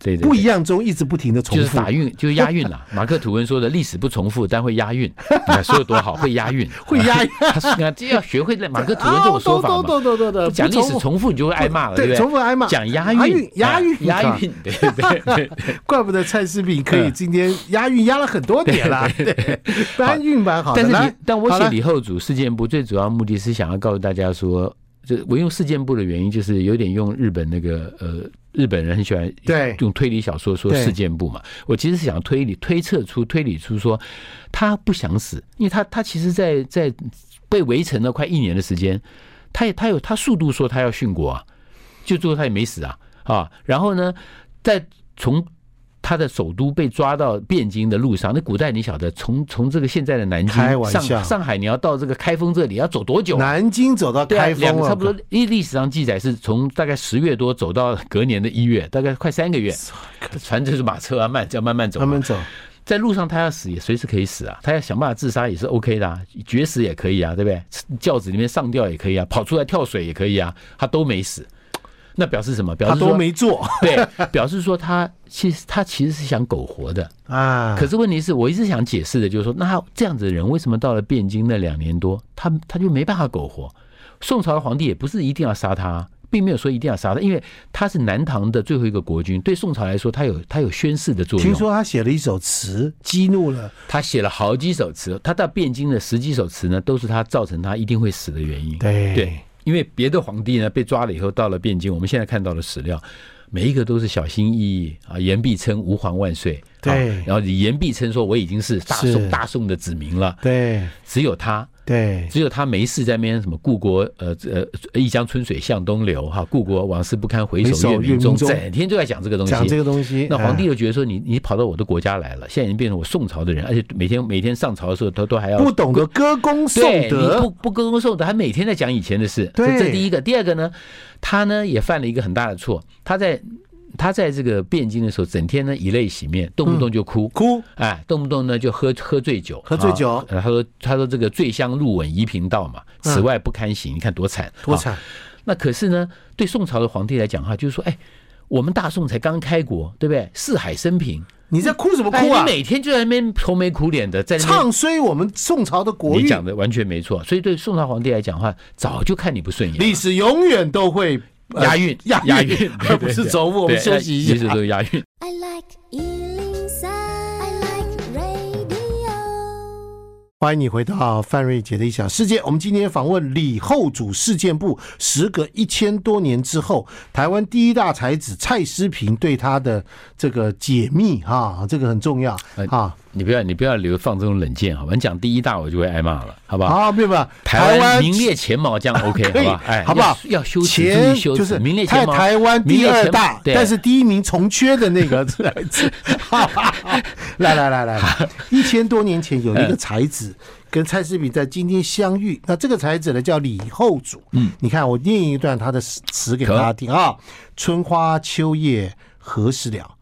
Speaker 2: 对对对
Speaker 1: 不一样中一直不停的重
Speaker 2: 就是
Speaker 1: 复
Speaker 2: 打，韵，就是押韵啦。 马克吐温说的，历史不重复，但会押 韵。你看说的多好，会押韵，
Speaker 1: 会押韵。 哦
Speaker 2: 他是啊，这要学会马克吐
Speaker 1: 啊
Speaker 2: 温这种 说法嘛。
Speaker 1: 懂懂懂
Speaker 2: 不
Speaker 1: 懂
Speaker 2: 讲历史重复，你就会挨骂了，
Speaker 1: 对
Speaker 2: 对不对？
Speaker 1: 重复挨骂
Speaker 2: 讲押
Speaker 1: 押
Speaker 2: 韵
Speaker 1: 韵， 押韵
Speaker 2: 啊 押韵，对对对。
Speaker 1: 怪不得蔡世炳可
Speaker 2: 嗯
Speaker 1: 以今天押韵押了很多年 了，对，搬运蛮好的。
Speaker 2: 但是
Speaker 1: 来
Speaker 2: 你，但我
Speaker 1: 好
Speaker 2: 写
Speaker 1: 了
Speaker 2: 李后主事件簿最主要目的是想要告诉大家说，这我用事件簿的原因就是有点用日本那个呃日本人很喜欢
Speaker 1: 对
Speaker 2: 用推理小说说
Speaker 1: 对
Speaker 2: 事件簿嘛，我其实是想推理推测出推理出说他不想死，因为他他其实在在被围城了快一年的时间，他也他有他速度说他要殉国啊。就最后他也没死啊啊。然后呢，在从他的首都被抓到汴京的路上，那古代你晓得，从从这个现在的南京
Speaker 1: 开玩笑
Speaker 2: 上上海，你要到这个开封这里要走多久啊？
Speaker 1: 南京走到
Speaker 2: 对啊
Speaker 1: 开，
Speaker 2: 两
Speaker 1: 封了，
Speaker 2: 个差不多。历历史上记载是从大概十月多走到隔年的一月，大概快三 个月。船就是马车啊，慢要慢慢走嘛。
Speaker 1: 慢慢走。
Speaker 2: 在路上他要死也随时可以死啊，他要想办法自杀也是 OK 的、啊，绝食也可以啊，对不对？轿子里面上吊也可以啊，跑出来跳水也可以啊，他都没死。那表示什么？表
Speaker 1: 他
Speaker 2: 示说
Speaker 1: 都没做
Speaker 2: 对，表示说他其实他其实是想苟活的。
Speaker 1: 啊，
Speaker 2: 可是问题是我一直想解释的，就是说，那他这样子的人为什么到了汴京那两年多，他他就没办法苟活？宋朝的皇帝也不是一定要杀他，并没有说一定要杀他，因为他是南唐的最后一个国君，对宋朝来说，他有他有宣誓的作用。
Speaker 1: 听说他写了一首词，激怒了
Speaker 2: 他写了好几首词，他到汴京的十几首词呢，都是他造成他一定会死的原因。
Speaker 1: 对
Speaker 2: 对，因为别的皇帝呢被抓了以后到了汴京，我们现在看到的史料，每一个都是小心翼翼啊，言必称吾皇万岁。
Speaker 1: 对
Speaker 2: 啊然后言必称说我已经是大
Speaker 1: 是
Speaker 2: 宋大宋的子民了，
Speaker 1: 对
Speaker 2: 只有他。
Speaker 1: 对
Speaker 2: 只有他没事在那边什么故国呃呃一江春水向东流哈，故国往事不堪回
Speaker 1: 回首
Speaker 2: 首
Speaker 1: 月
Speaker 2: 月明
Speaker 1: 明
Speaker 2: 中，
Speaker 1: 中
Speaker 2: 整天就在讲这个东西，
Speaker 1: 讲这个东西，
Speaker 2: 那皇帝
Speaker 1: 哎
Speaker 2: 就觉得说你你跑到我的国家来了，现在已经变成我宋朝的人，而且每天每天上朝的时候，他都还要
Speaker 1: 哎不懂得歌功
Speaker 2: 对
Speaker 1: 颂
Speaker 2: 你不
Speaker 1: 德，
Speaker 2: 不歌功颂德，他每天在讲以前的事。
Speaker 1: 对
Speaker 2: 这这第一个，第二个呢，他呢也犯了一个很大的错，他在他在这个汴京的时候，整天呢以泪洗面，动
Speaker 1: 嗯
Speaker 2: 不动就哭。
Speaker 1: 哭
Speaker 2: 哎，动不动呢就喝喝醉酒，
Speaker 1: 喝醉酒
Speaker 2: 啊呃他说他说这个醉乡路吻移平道嘛，
Speaker 1: 嗯
Speaker 2: 此外不堪行，你看多惨
Speaker 1: 多
Speaker 2: 啊
Speaker 1: 惨，
Speaker 2: 那可是呢，对宋朝的皇帝来讲哈，就是说，哎，我们大宋才刚开国，对不对？四海升平，
Speaker 1: 你在哭什么
Speaker 2: 哎，
Speaker 1: 哭啊
Speaker 2: 你？每天就在那边愁眉苦脸的，在那边。
Speaker 1: 唱衰我们宋朝的国
Speaker 2: 你
Speaker 1: 运，
Speaker 2: 讲的完全没错，所以对宋朝皇帝来讲的话，早就看你不顺眼了。
Speaker 1: 历史永远都会呃
Speaker 2: 押韵，
Speaker 1: 押
Speaker 2: 押
Speaker 1: 韵
Speaker 2: 韵，
Speaker 1: 而不是重复。我们休息一
Speaker 2: 历史
Speaker 1: 下
Speaker 2: 都。是押韵。
Speaker 3: I like Ealing Sound. I like radio.
Speaker 1: 欢迎你回到范瑞杰的异想世界。我们今天访问李后主事件部，时隔一千多年之后，台湾第一大才子蔡思平对他的这个解密啊，这个很重要
Speaker 2: 哎
Speaker 1: 啊。
Speaker 2: 你不要，你不要留放这种冷箭，好吧？你讲第一大，我就会挨骂了，好不好？
Speaker 1: 好，没有没有，
Speaker 2: 台
Speaker 1: 湾
Speaker 2: 湾名列前茅，这样 OK，
Speaker 1: 可
Speaker 2: 好
Speaker 1: 以
Speaker 2: 吧？哎，
Speaker 1: 好不好
Speaker 2: 要要羞耻，注
Speaker 1: 前
Speaker 2: 意羞
Speaker 1: 就
Speaker 2: 耻，
Speaker 1: 是
Speaker 2: 名列
Speaker 1: 在
Speaker 2: 前茅，
Speaker 1: 台湾第二大
Speaker 2: 名列前茅，对
Speaker 1: 但是第一名从缺的那个 才 子。来来来来来，一千多年前有一个才子跟蔡思平在今天相遇，那这个才子呢叫李后主。嗯，你看我念一段他的诗词给大家听啊：春花秋叶何时了？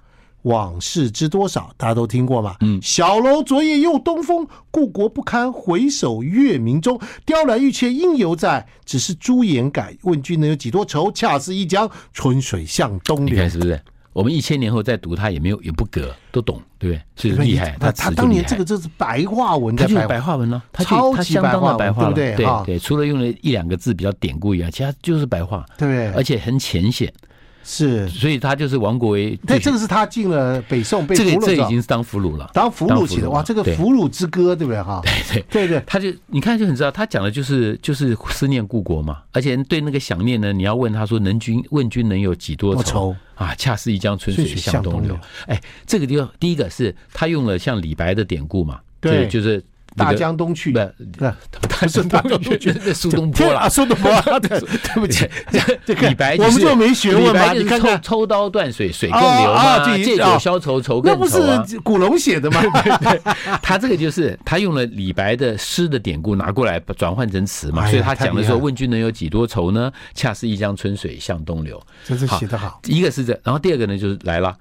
Speaker 1: 往事知多少，大家都听过嘛。嗯，小楼昨夜又东风，故国不堪回首月明中。雕栏玉砌应犹在，只是朱颜改。问君能有几多愁？恰似一江春水向东
Speaker 2: 你
Speaker 1: 流
Speaker 2: 看。是不是？我们一千年后再读它也没有也不隔，都懂，对不对？是厉害，
Speaker 1: 他
Speaker 2: 词就
Speaker 1: 当
Speaker 2: 厉
Speaker 1: 年这
Speaker 2: 害
Speaker 1: 个。就是白话文
Speaker 2: 它
Speaker 1: 在
Speaker 2: 就是
Speaker 1: 白
Speaker 2: 白话文了，它就
Speaker 1: 超级
Speaker 2: 它相当的白话
Speaker 1: 白话文
Speaker 2: 了，
Speaker 1: 对不对
Speaker 2: 对
Speaker 1: 哈
Speaker 2: 对，除了用了一两个字比较典故以外，其他就是白话，
Speaker 1: 对不对
Speaker 2: 而且很浅显，
Speaker 1: 是。
Speaker 2: 所以它就是王国维
Speaker 1: 但
Speaker 2: 最
Speaker 1: 这个是他进了北宋被
Speaker 2: 这
Speaker 1: 俘
Speaker 2: 个这
Speaker 1: 虏
Speaker 2: 已
Speaker 1: 的，
Speaker 2: 经是当俘虏了，
Speaker 1: 当俘虏起的
Speaker 2: 了
Speaker 1: 哇，这个
Speaker 2: 对
Speaker 1: 俘虏之歌，对不对哈？
Speaker 2: 对
Speaker 1: 对对，
Speaker 2: 他就你看就很知道，他讲的就是就是思念故国嘛，而且对那个想念呢，你要问他说能君问君能有几多
Speaker 1: 多
Speaker 2: 愁
Speaker 1: 愁
Speaker 2: 啊？恰似一江春水
Speaker 1: 春水
Speaker 2: 向
Speaker 1: 向
Speaker 2: 东
Speaker 1: 东
Speaker 2: 流
Speaker 1: 流。
Speaker 2: 哎，这个地方第一个是他用了像李白的典故嘛，
Speaker 1: 对
Speaker 2: 就就是那
Speaker 1: 大
Speaker 2: 个
Speaker 1: 江东去，
Speaker 2: 不
Speaker 1: 对
Speaker 2: 不是大东去，那苏东 坡
Speaker 1: 天
Speaker 2: 啦
Speaker 1: 啊，。苏东坡， 对对不起，
Speaker 2: 这
Speaker 1: 个
Speaker 2: 李白
Speaker 1: 我们
Speaker 2: 是
Speaker 1: 就没学问嘛
Speaker 2: 李白就是
Speaker 1: 你看看
Speaker 2: 抽抽刀断水，水更
Speaker 1: 哦
Speaker 2: 流
Speaker 1: 啊
Speaker 2: 嘛，
Speaker 1: 这一
Speaker 2: 借
Speaker 1: 哦
Speaker 2: 酒消愁，愁
Speaker 1: 那
Speaker 2: 更
Speaker 1: 不
Speaker 2: 愁啊。
Speaker 1: 是古龙写 的吗？
Speaker 2: 他这个就是他用了李白的诗的典故拿过来转换成词嘛，
Speaker 1: 哎呀
Speaker 2: 所以他讲
Speaker 1: 太
Speaker 2: 的时
Speaker 1: 厉害
Speaker 2: 候，
Speaker 1: 了
Speaker 2: 问君能有几多愁呢？恰似一江春水向东流。
Speaker 1: 真是写得好，
Speaker 2: 一个是这，然后第二个呢就是来了，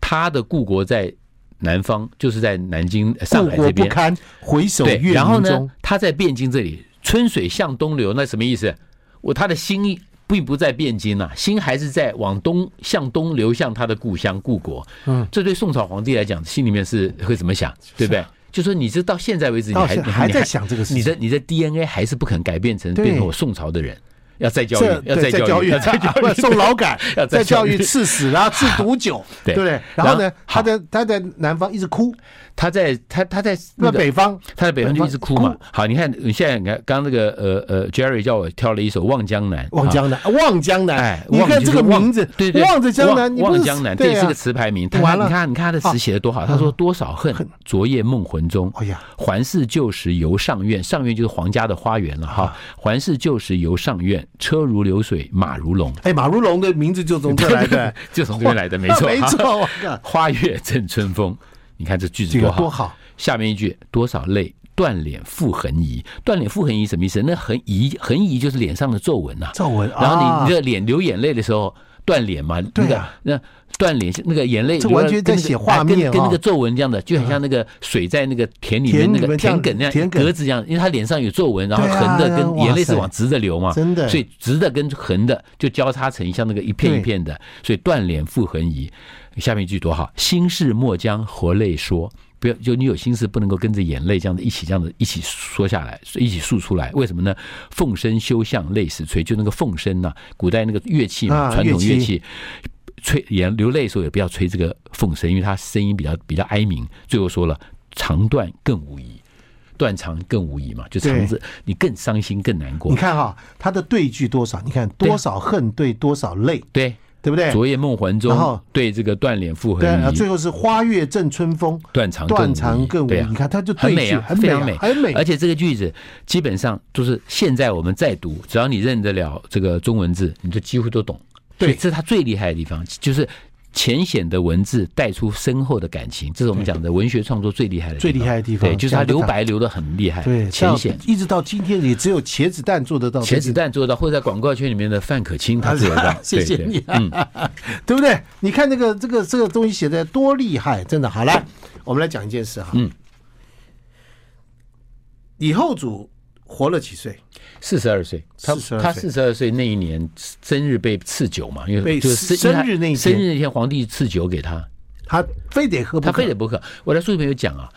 Speaker 2: 他的故国在南方，就是在南京、呃上
Speaker 1: 故
Speaker 2: 海
Speaker 1: 国
Speaker 2: 这
Speaker 1: 不
Speaker 2: 边。
Speaker 1: 堪回首
Speaker 2: 对，
Speaker 1: 月
Speaker 2: 然后
Speaker 1: 明
Speaker 2: 呢
Speaker 1: 中，，
Speaker 2: 他在汴京这里，春水向东流，那什么意思？我他的心意并不在汴京啊，心还是在往东向东流向他的故乡故国。
Speaker 1: 嗯，
Speaker 2: 这对宋朝皇帝来讲，心里面是会怎么想，对不对？就说你这到现在为止，你
Speaker 1: 到
Speaker 2: 还
Speaker 1: 现
Speaker 2: 你
Speaker 1: 在还在想这个事
Speaker 2: 你
Speaker 1: 情，
Speaker 2: 的你的 DNA 还是不肯改变成
Speaker 1: 对
Speaker 2: 变成我宋朝的人，要再教
Speaker 1: 这
Speaker 2: 育，要再
Speaker 1: 对
Speaker 2: 教育，要再 教育，，
Speaker 1: 受劳改
Speaker 2: 要
Speaker 1: 再
Speaker 2: 再
Speaker 1: 教
Speaker 2: 教
Speaker 1: 育
Speaker 2: 育
Speaker 1: 赐死， 然后治毒酒，对
Speaker 2: 对
Speaker 1: 不对？然
Speaker 2: 然
Speaker 1: 后
Speaker 2: 后
Speaker 1: 呢，他
Speaker 2: 好
Speaker 1: 在他在南方一直哭，
Speaker 2: 他在他他在
Speaker 1: 那
Speaker 2: 那个啊
Speaker 1: 北方哦
Speaker 2: 他在北方就一直哭嘛
Speaker 1: 哭。
Speaker 2: 好，你看你现在你看刚刚那个呃呃 Jerry 叫我挑了一首《望江南》，
Speaker 1: 望
Speaker 2: 啊
Speaker 1: 江南，望江南
Speaker 2: 哎，，
Speaker 1: 你
Speaker 2: 望
Speaker 1: 看
Speaker 2: 就
Speaker 1: 这
Speaker 2: 是
Speaker 1: 个
Speaker 2: 望
Speaker 1: 名字，
Speaker 2: 对对，
Speaker 1: 望着江南，
Speaker 2: 望
Speaker 1: 你不
Speaker 2: 望
Speaker 1: 是
Speaker 2: 江南，这
Speaker 1: 对
Speaker 2: 也
Speaker 1: 啊
Speaker 2: 是个词牌名。他
Speaker 1: 完了
Speaker 2: 你看，你看他的
Speaker 1: 啊
Speaker 2: 词写的多好，他说多少恨，昨夜梦魂中。
Speaker 1: 哎呀，啊
Speaker 2: 还是旧时游上苑，上苑就是皇家的花园了哈。还是旧时游上苑，车如流水，马如龙，
Speaker 1: 哎，马如龙的名字就从这来的，
Speaker 2: 就从这边来的，没 错，
Speaker 1: 没 错，我靠
Speaker 2: 花月正春风，你看这句子
Speaker 1: 这
Speaker 2: 多
Speaker 1: 个
Speaker 2: 好。
Speaker 1: 多好，
Speaker 2: 下面一句多少泪断脸复横移，断脸复横移什么意思？那横移横移就是脸上的皱纹呐、
Speaker 1: 皱纹，
Speaker 2: 然后
Speaker 1: 啊
Speaker 2: 你你的脸流眼泪的时候断脸嘛，
Speaker 1: 对
Speaker 2: 那个
Speaker 1: 啊
Speaker 2: 那断脸那个眼泪
Speaker 1: 这
Speaker 2: 流了
Speaker 1: 完全在
Speaker 2: 跟那个
Speaker 1: 写画面
Speaker 2: 跟跟那
Speaker 1: 啊
Speaker 2: 个皱纹这样的，就很像那个水在那个田里面
Speaker 1: 田里
Speaker 2: 那个
Speaker 1: 面这样
Speaker 2: 田埂那样
Speaker 1: 田埂
Speaker 2: 格子这样，因为他脸上有皱纹，然后
Speaker 1: 对啊
Speaker 2: 横的
Speaker 1: 对啊
Speaker 2: 跟
Speaker 1: 哇
Speaker 2: 眼泪是
Speaker 1: 塞
Speaker 2: 往直的流嘛，
Speaker 1: 真的
Speaker 2: 所以直的跟横的就交叉成像那个一片
Speaker 1: 对
Speaker 2: 一片的，所以断脸复横移。下面一句多好，心事莫将活泪说。不要，就你有心事不能够跟着眼泪这样子一起这样子一起说下来，一起诉出来。为什么呢？凤声休向泪始垂，就那个凤声呐、古代那个乐器嘛，
Speaker 1: 啊
Speaker 2: 传统乐
Speaker 1: 乐
Speaker 2: 器。吹眼流泪的时候也不要吹这个凤声，因为它声音比较比较哀鸣。最后说了，长断更无疑，断肠更无疑嘛，就
Speaker 1: 对
Speaker 2: 肠子你更伤心更难过
Speaker 1: 你。看哈，他的对句多少？你看
Speaker 2: 对
Speaker 1: 多少恨对多少泪，
Speaker 2: 对，
Speaker 1: 对不对？
Speaker 2: 昨夜梦还
Speaker 1: 哎然
Speaker 2: 中
Speaker 1: 后，
Speaker 2: 对这个断脸复
Speaker 1: 对啊，然
Speaker 2: 横
Speaker 1: 后最
Speaker 2: 移，
Speaker 1: 后是花月正春风，
Speaker 2: 断肠更无
Speaker 1: 断
Speaker 2: 疑
Speaker 1: 肠更无
Speaker 2: 对
Speaker 1: 遗。
Speaker 2: 啊
Speaker 1: 你看，他就
Speaker 2: 很
Speaker 1: 对
Speaker 2: 美
Speaker 1: 句
Speaker 2: 啊，
Speaker 1: 很
Speaker 2: 非
Speaker 1: 美
Speaker 2: 常美，
Speaker 1: 啊，很美
Speaker 2: 而。且这个句子基本上就是现在我们在读，只要你认得了这个中文字，你就几乎都懂。
Speaker 1: 对
Speaker 2: 所以这是他最厉害的地方，就是浅显的文字带出深厚的感情，这是我们讲的文学创作最厉害的地方
Speaker 1: 最厉害的地方
Speaker 2: 对，就是他
Speaker 1: 讲不
Speaker 2: 留
Speaker 1: 长
Speaker 2: 白留的很厉害，
Speaker 1: 对，
Speaker 2: 浅显。
Speaker 1: 到一直到今天也只有茄子蛋做得到这
Speaker 2: 茄
Speaker 1: 个，。
Speaker 2: 子蛋做到，或者在广告圈里面的范可清，他做得到
Speaker 1: 谢谢
Speaker 2: 对
Speaker 1: 你啊
Speaker 2: 对嗯，
Speaker 1: 对不对？你看这个这个这个东西写的多厉害，真的。好来，我们来讲一件事哈。
Speaker 2: 嗯，
Speaker 1: 李后主活了几岁？
Speaker 2: 四十二岁，他
Speaker 1: 42岁
Speaker 2: 他四十二岁那一年生日被赐酒嘛，因为
Speaker 1: 被
Speaker 2: 就是
Speaker 1: 生
Speaker 2: 因为他
Speaker 1: 日那一天
Speaker 2: 生日那天皇帝赐酒给他，
Speaker 1: 他非得喝不
Speaker 2: 他
Speaker 1: 可，
Speaker 2: 非得不喝。我在书里面有讲啊，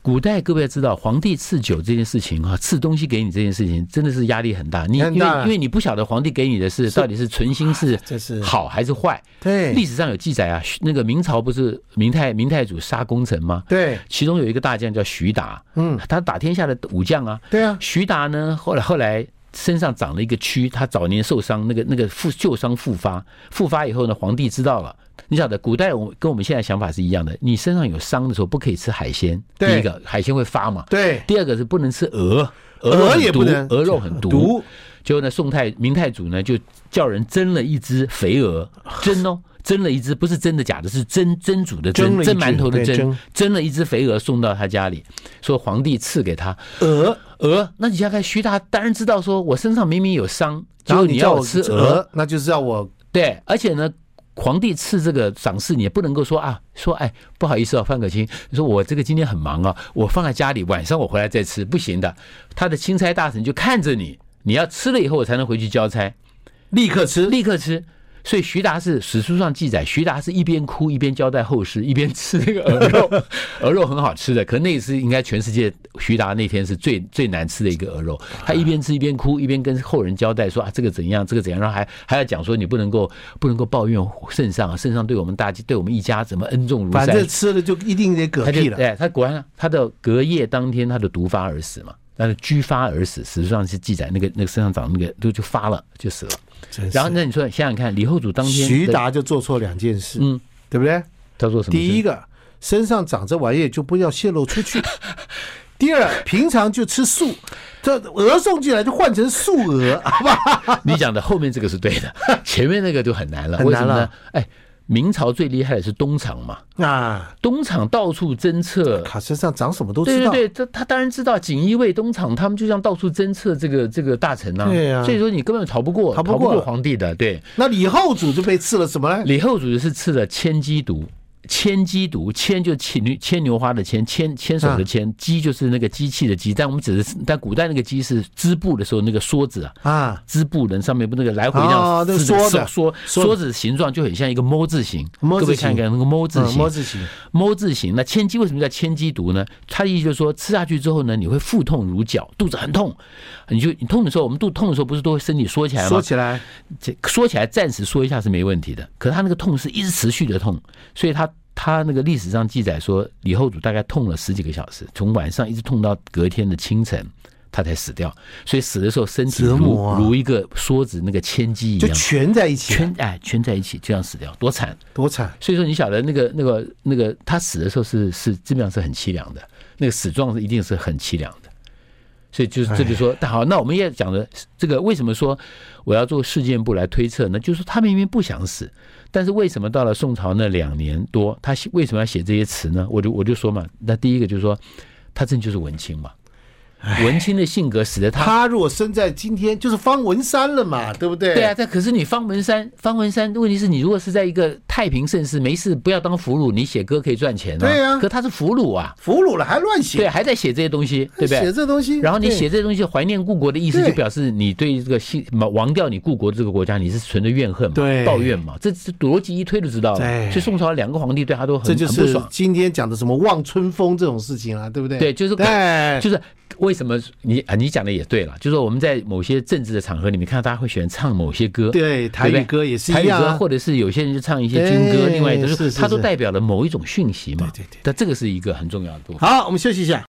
Speaker 2: 古代各位要知道，皇帝赐酒这件事情啊，赐东西给你这件事情，真的是压力很大。你
Speaker 1: 很
Speaker 2: 因为
Speaker 1: 大啊
Speaker 2: 因为你不晓得皇帝给你的是到底是存心是
Speaker 1: 这是
Speaker 2: 好还是坏。
Speaker 1: 对
Speaker 2: 历史上有记载啊，徐那个明朝不是明太明太祖杀功臣吗？
Speaker 1: 对
Speaker 2: 其中有一个大将叫徐达，
Speaker 1: 嗯，
Speaker 2: 他打天下的武将啊。
Speaker 1: 对啊，
Speaker 2: 徐达呢，后来后来身上长了一个蛆，他早年受伤，那个那个复旧伤复发，复发以后呢，皇帝知道了。你晓得，古代我跟我们现在想法是一样的。你身上有伤的时候，不可以吃海鲜。第
Speaker 1: 对
Speaker 2: 一个，海鲜会发嘛。
Speaker 1: 对
Speaker 2: 第二个是不能吃鹅，鹅
Speaker 1: 鹅
Speaker 2: 肉很
Speaker 1: 也
Speaker 2: 毒
Speaker 1: 不能
Speaker 2: 鹅肉很毒。
Speaker 1: 毒
Speaker 2: 结果呢，宋太明太祖呢就叫人蒸了一只肥 鹅，蒸哦，蒸了一只，不是真的假的，是蒸蒸煮的
Speaker 1: 蒸
Speaker 2: 蒸，
Speaker 1: 了一
Speaker 2: 蒸
Speaker 1: 只
Speaker 2: 馒头的
Speaker 1: 对
Speaker 2: 蒸
Speaker 1: 蒸，
Speaker 2: 蒸了一只肥鹅送到他家里，说皇帝赐给他
Speaker 1: 鹅，
Speaker 2: 鹅。那你想想看，徐达当然知道说我身上明明有伤，结
Speaker 1: 然后
Speaker 2: 果你
Speaker 1: 叫
Speaker 2: 要
Speaker 1: 我
Speaker 2: 我吃鹅，
Speaker 1: 鹅，那就是要我
Speaker 2: 对，而且呢。皇帝赐这个赏赐，你也不能够说啊，说哎，不好意思啊，范可清，你说我这个今天很忙啊，我放在家里，晚上我回来再吃，不行的。他的钦差大臣就看着你，你要吃了以后，我才能回去交差。
Speaker 1: 立刻吃。
Speaker 2: 立刻吃。所以徐达是史书上记载，徐达是一边哭一边交代后事，一边吃那个 鹅肉，鹅肉很好吃的，可那是应该全世界徐达那天是最最难吃的一个鹅肉。他一边吃一边哭，一边跟后人交代说啊这个怎样，这个怎样，然后还还要讲说你不能够不能够抱怨圣上啊，圣上对我们大家对我们一家怎么恩重如山
Speaker 1: 反，正吃了就一定得嗝
Speaker 2: 他就
Speaker 1: 屁了，
Speaker 2: 哎，他果然啊他的隔夜当天，他的毒发而死嘛，但是居发而死，史书上是记载那个那个身上长那个就就发了就死了。
Speaker 1: 真是
Speaker 2: 然后那你说想想看，李后主当天
Speaker 1: 徐
Speaker 2: 的
Speaker 1: 达就做错两件事，
Speaker 2: 嗯，
Speaker 1: 对不对？
Speaker 2: 他做什么事？
Speaker 1: 第一个，身上长这玩意就不要泄露出去；第二，平常就吃素，这鹅送进来就换成素鹅，好吧？
Speaker 2: 你讲的后面这个是 对的，前面那个就很难了。
Speaker 1: 很
Speaker 2: 为
Speaker 1: 难
Speaker 2: 什么呢
Speaker 1: 了？
Speaker 2: 哎，明朝最厉害的是东厂嘛，
Speaker 1: 啊，
Speaker 2: 东厂到处侦测。
Speaker 1: 卡身上长什么都
Speaker 2: 对
Speaker 1: 知
Speaker 2: 对
Speaker 1: 道，
Speaker 2: 对，这他当然知道锦衣卫、东厂他们就像到处侦测这个这个大臣呐、
Speaker 1: 对啊
Speaker 2: 所以说你根本逃不过，
Speaker 1: 逃不过嗯
Speaker 2: 过皇帝的。对，
Speaker 1: 那李后主就被赐了什么呢？
Speaker 2: 李后主是吃了千鸡毒，千鸡毒，牵就牵牛牵牛花的牵，牵牵手的
Speaker 1: 啊
Speaker 2: 牵，鸡就是那个机器的鸡，但我们只是但古代那个鸡是织布的时候那个梭子啊，
Speaker 1: 啊，
Speaker 2: 织布人上面不那个来回这
Speaker 1: 哦
Speaker 2: 样
Speaker 1: 那个
Speaker 2: 撕着
Speaker 1: 梭子
Speaker 2: 手梭
Speaker 1: 梭
Speaker 2: 梭子形状就很像一个摸字形，
Speaker 1: 摸字
Speaker 2: 各位看
Speaker 1: 形
Speaker 2: 看那个摸字
Speaker 1: 嗯
Speaker 2: 形，
Speaker 1: 摸字形，
Speaker 2: 摸字形。那千机为什么叫千机毒呢？它的意思就是说吃下去之后呢，你会腹痛如绞，肚子很痛，你就你痛的时候，我们肚痛的时候不是都会身体缩起来吗？
Speaker 1: 说起来
Speaker 2: 这说起来暂时说一下是没问题的，可是他那个痛是一直持续的痛，所以他他那个历史上记载说，李后主大概痛了十几个小时，从晚上一直痛到隔天的清晨，他才死掉。所以死的时候身体
Speaker 1: 折
Speaker 2: 如、
Speaker 1: 磨啊
Speaker 2: 如一个梭子那个千机一
Speaker 1: 就
Speaker 2: 样
Speaker 1: 全在一起，
Speaker 2: 圈哎圈在一起，这样死掉，多惨！
Speaker 1: 多惨！
Speaker 2: 所以说你晓得那个那个那个他死的时候是是基本上是很凄凉的，那个死状是一定是很凄凉的。所以就是这就说，但好，那我们也讲的这个为什么说我要做事件部来推测呢？就是说他明明不想死，但是为什么到了宋朝那两年多，他写为什么要写这些词呢？我就我就说嘛，那第一个就是说，他真就是文青嘛，文青的性格使得他。
Speaker 1: 他如果生在今天，就是方文山了嘛，对不对？
Speaker 2: 对啊，，但可是你方文山，方文山，问题是你如果是在一个太平盛世，没事不要当俘虏，你写歌可以赚钱啊。
Speaker 1: 对啊
Speaker 2: 可他是俘虏啊，
Speaker 1: 俘虏了还乱写，
Speaker 2: 对，还在写这些东西，对不对？
Speaker 1: 写这东西，
Speaker 2: 然后你
Speaker 1: 对
Speaker 2: 写这东西怀念故国的意思，
Speaker 1: 对
Speaker 2: 就表示你对这个新亡掉你故国这个国家，你是存着怨恨嘛
Speaker 1: 对，
Speaker 2: 抱怨嘛，这这逻辑一推就知道了。
Speaker 1: 对
Speaker 2: 所以宋朝两个皇帝对他都很
Speaker 1: 这就
Speaker 2: 很不
Speaker 1: 是
Speaker 2: 爽，
Speaker 1: 今天讲的什么望春风这种事情啊，对不对？
Speaker 2: 对，就是
Speaker 1: 对，
Speaker 2: 就是为什么你啊你讲的也对了，就是说我们在某些政治的场合里面看到大家会喜欢唱某些歌，
Speaker 1: 对台语
Speaker 2: 对不对
Speaker 1: 歌也是
Speaker 2: 台
Speaker 1: 一
Speaker 2: 语
Speaker 1: 样
Speaker 2: 歌，
Speaker 1: 啊，
Speaker 2: 或者是有些人就唱一些军歌，
Speaker 1: 对
Speaker 2: 另外一种就是
Speaker 1: 是
Speaker 2: 它都
Speaker 1: 是
Speaker 2: 代表了某一种讯息嘛。
Speaker 1: 对对对
Speaker 2: 但这个是一个很重要的部分。
Speaker 1: 好，我们休息一下。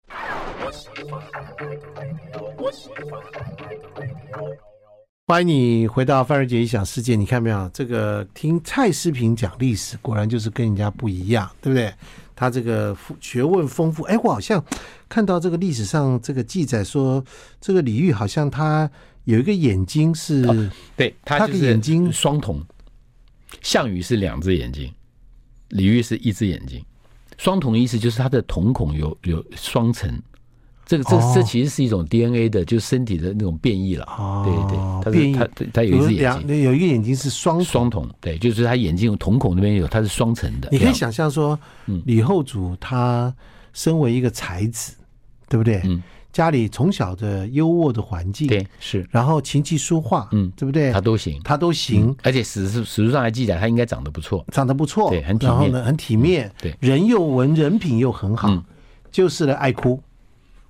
Speaker 1: 欢迎你回到范瑞杰一想世界。你看没有？这个听蔡诗平讲历史，果然就是跟人家不一样，对不对？他这个富学问丰富。哎，我好像看到这个历史上这个记载说，这个李煜好像他有一个眼睛是，
Speaker 2: 哦对
Speaker 1: 他
Speaker 2: 他
Speaker 1: 的
Speaker 2: 就是
Speaker 1: 眼睛
Speaker 2: 双瞳，项羽是两只眼睛，李煜是一只眼睛。双瞳的意思就是他的瞳孔有有双层，这个这
Speaker 1: 哦
Speaker 2: 这其实是一种 DNA 的，就是身体的那种变异了。
Speaker 1: 哦
Speaker 2: 对
Speaker 1: 变
Speaker 2: 对，
Speaker 1: 异
Speaker 2: 他是他他有一只眼
Speaker 1: 两
Speaker 2: 睛。
Speaker 1: 有一个眼睛是双
Speaker 2: 双瞳，对，就是他眼睛有瞳孔那边有，它是双层的。
Speaker 1: 你可
Speaker 2: 这
Speaker 1: 以
Speaker 2: 样，
Speaker 1: 想象说，
Speaker 2: 嗯
Speaker 1: 李后主他身为一个才子，对不对？
Speaker 2: 嗯
Speaker 1: 家里从小的优渥的环境，
Speaker 2: 对，是，
Speaker 1: 然后琴棋书画，
Speaker 2: 嗯
Speaker 1: 对不对？
Speaker 2: 他嗯都行，
Speaker 1: 他都行，
Speaker 2: 而且史书史书上还记载他应该长得不错。
Speaker 1: 长得不错，
Speaker 2: 对很体
Speaker 1: 然后
Speaker 2: 面嗯
Speaker 1: 呢，很体面，
Speaker 2: 对
Speaker 1: 人又文，人品又很好，
Speaker 2: 嗯
Speaker 1: 就是呢爱哭，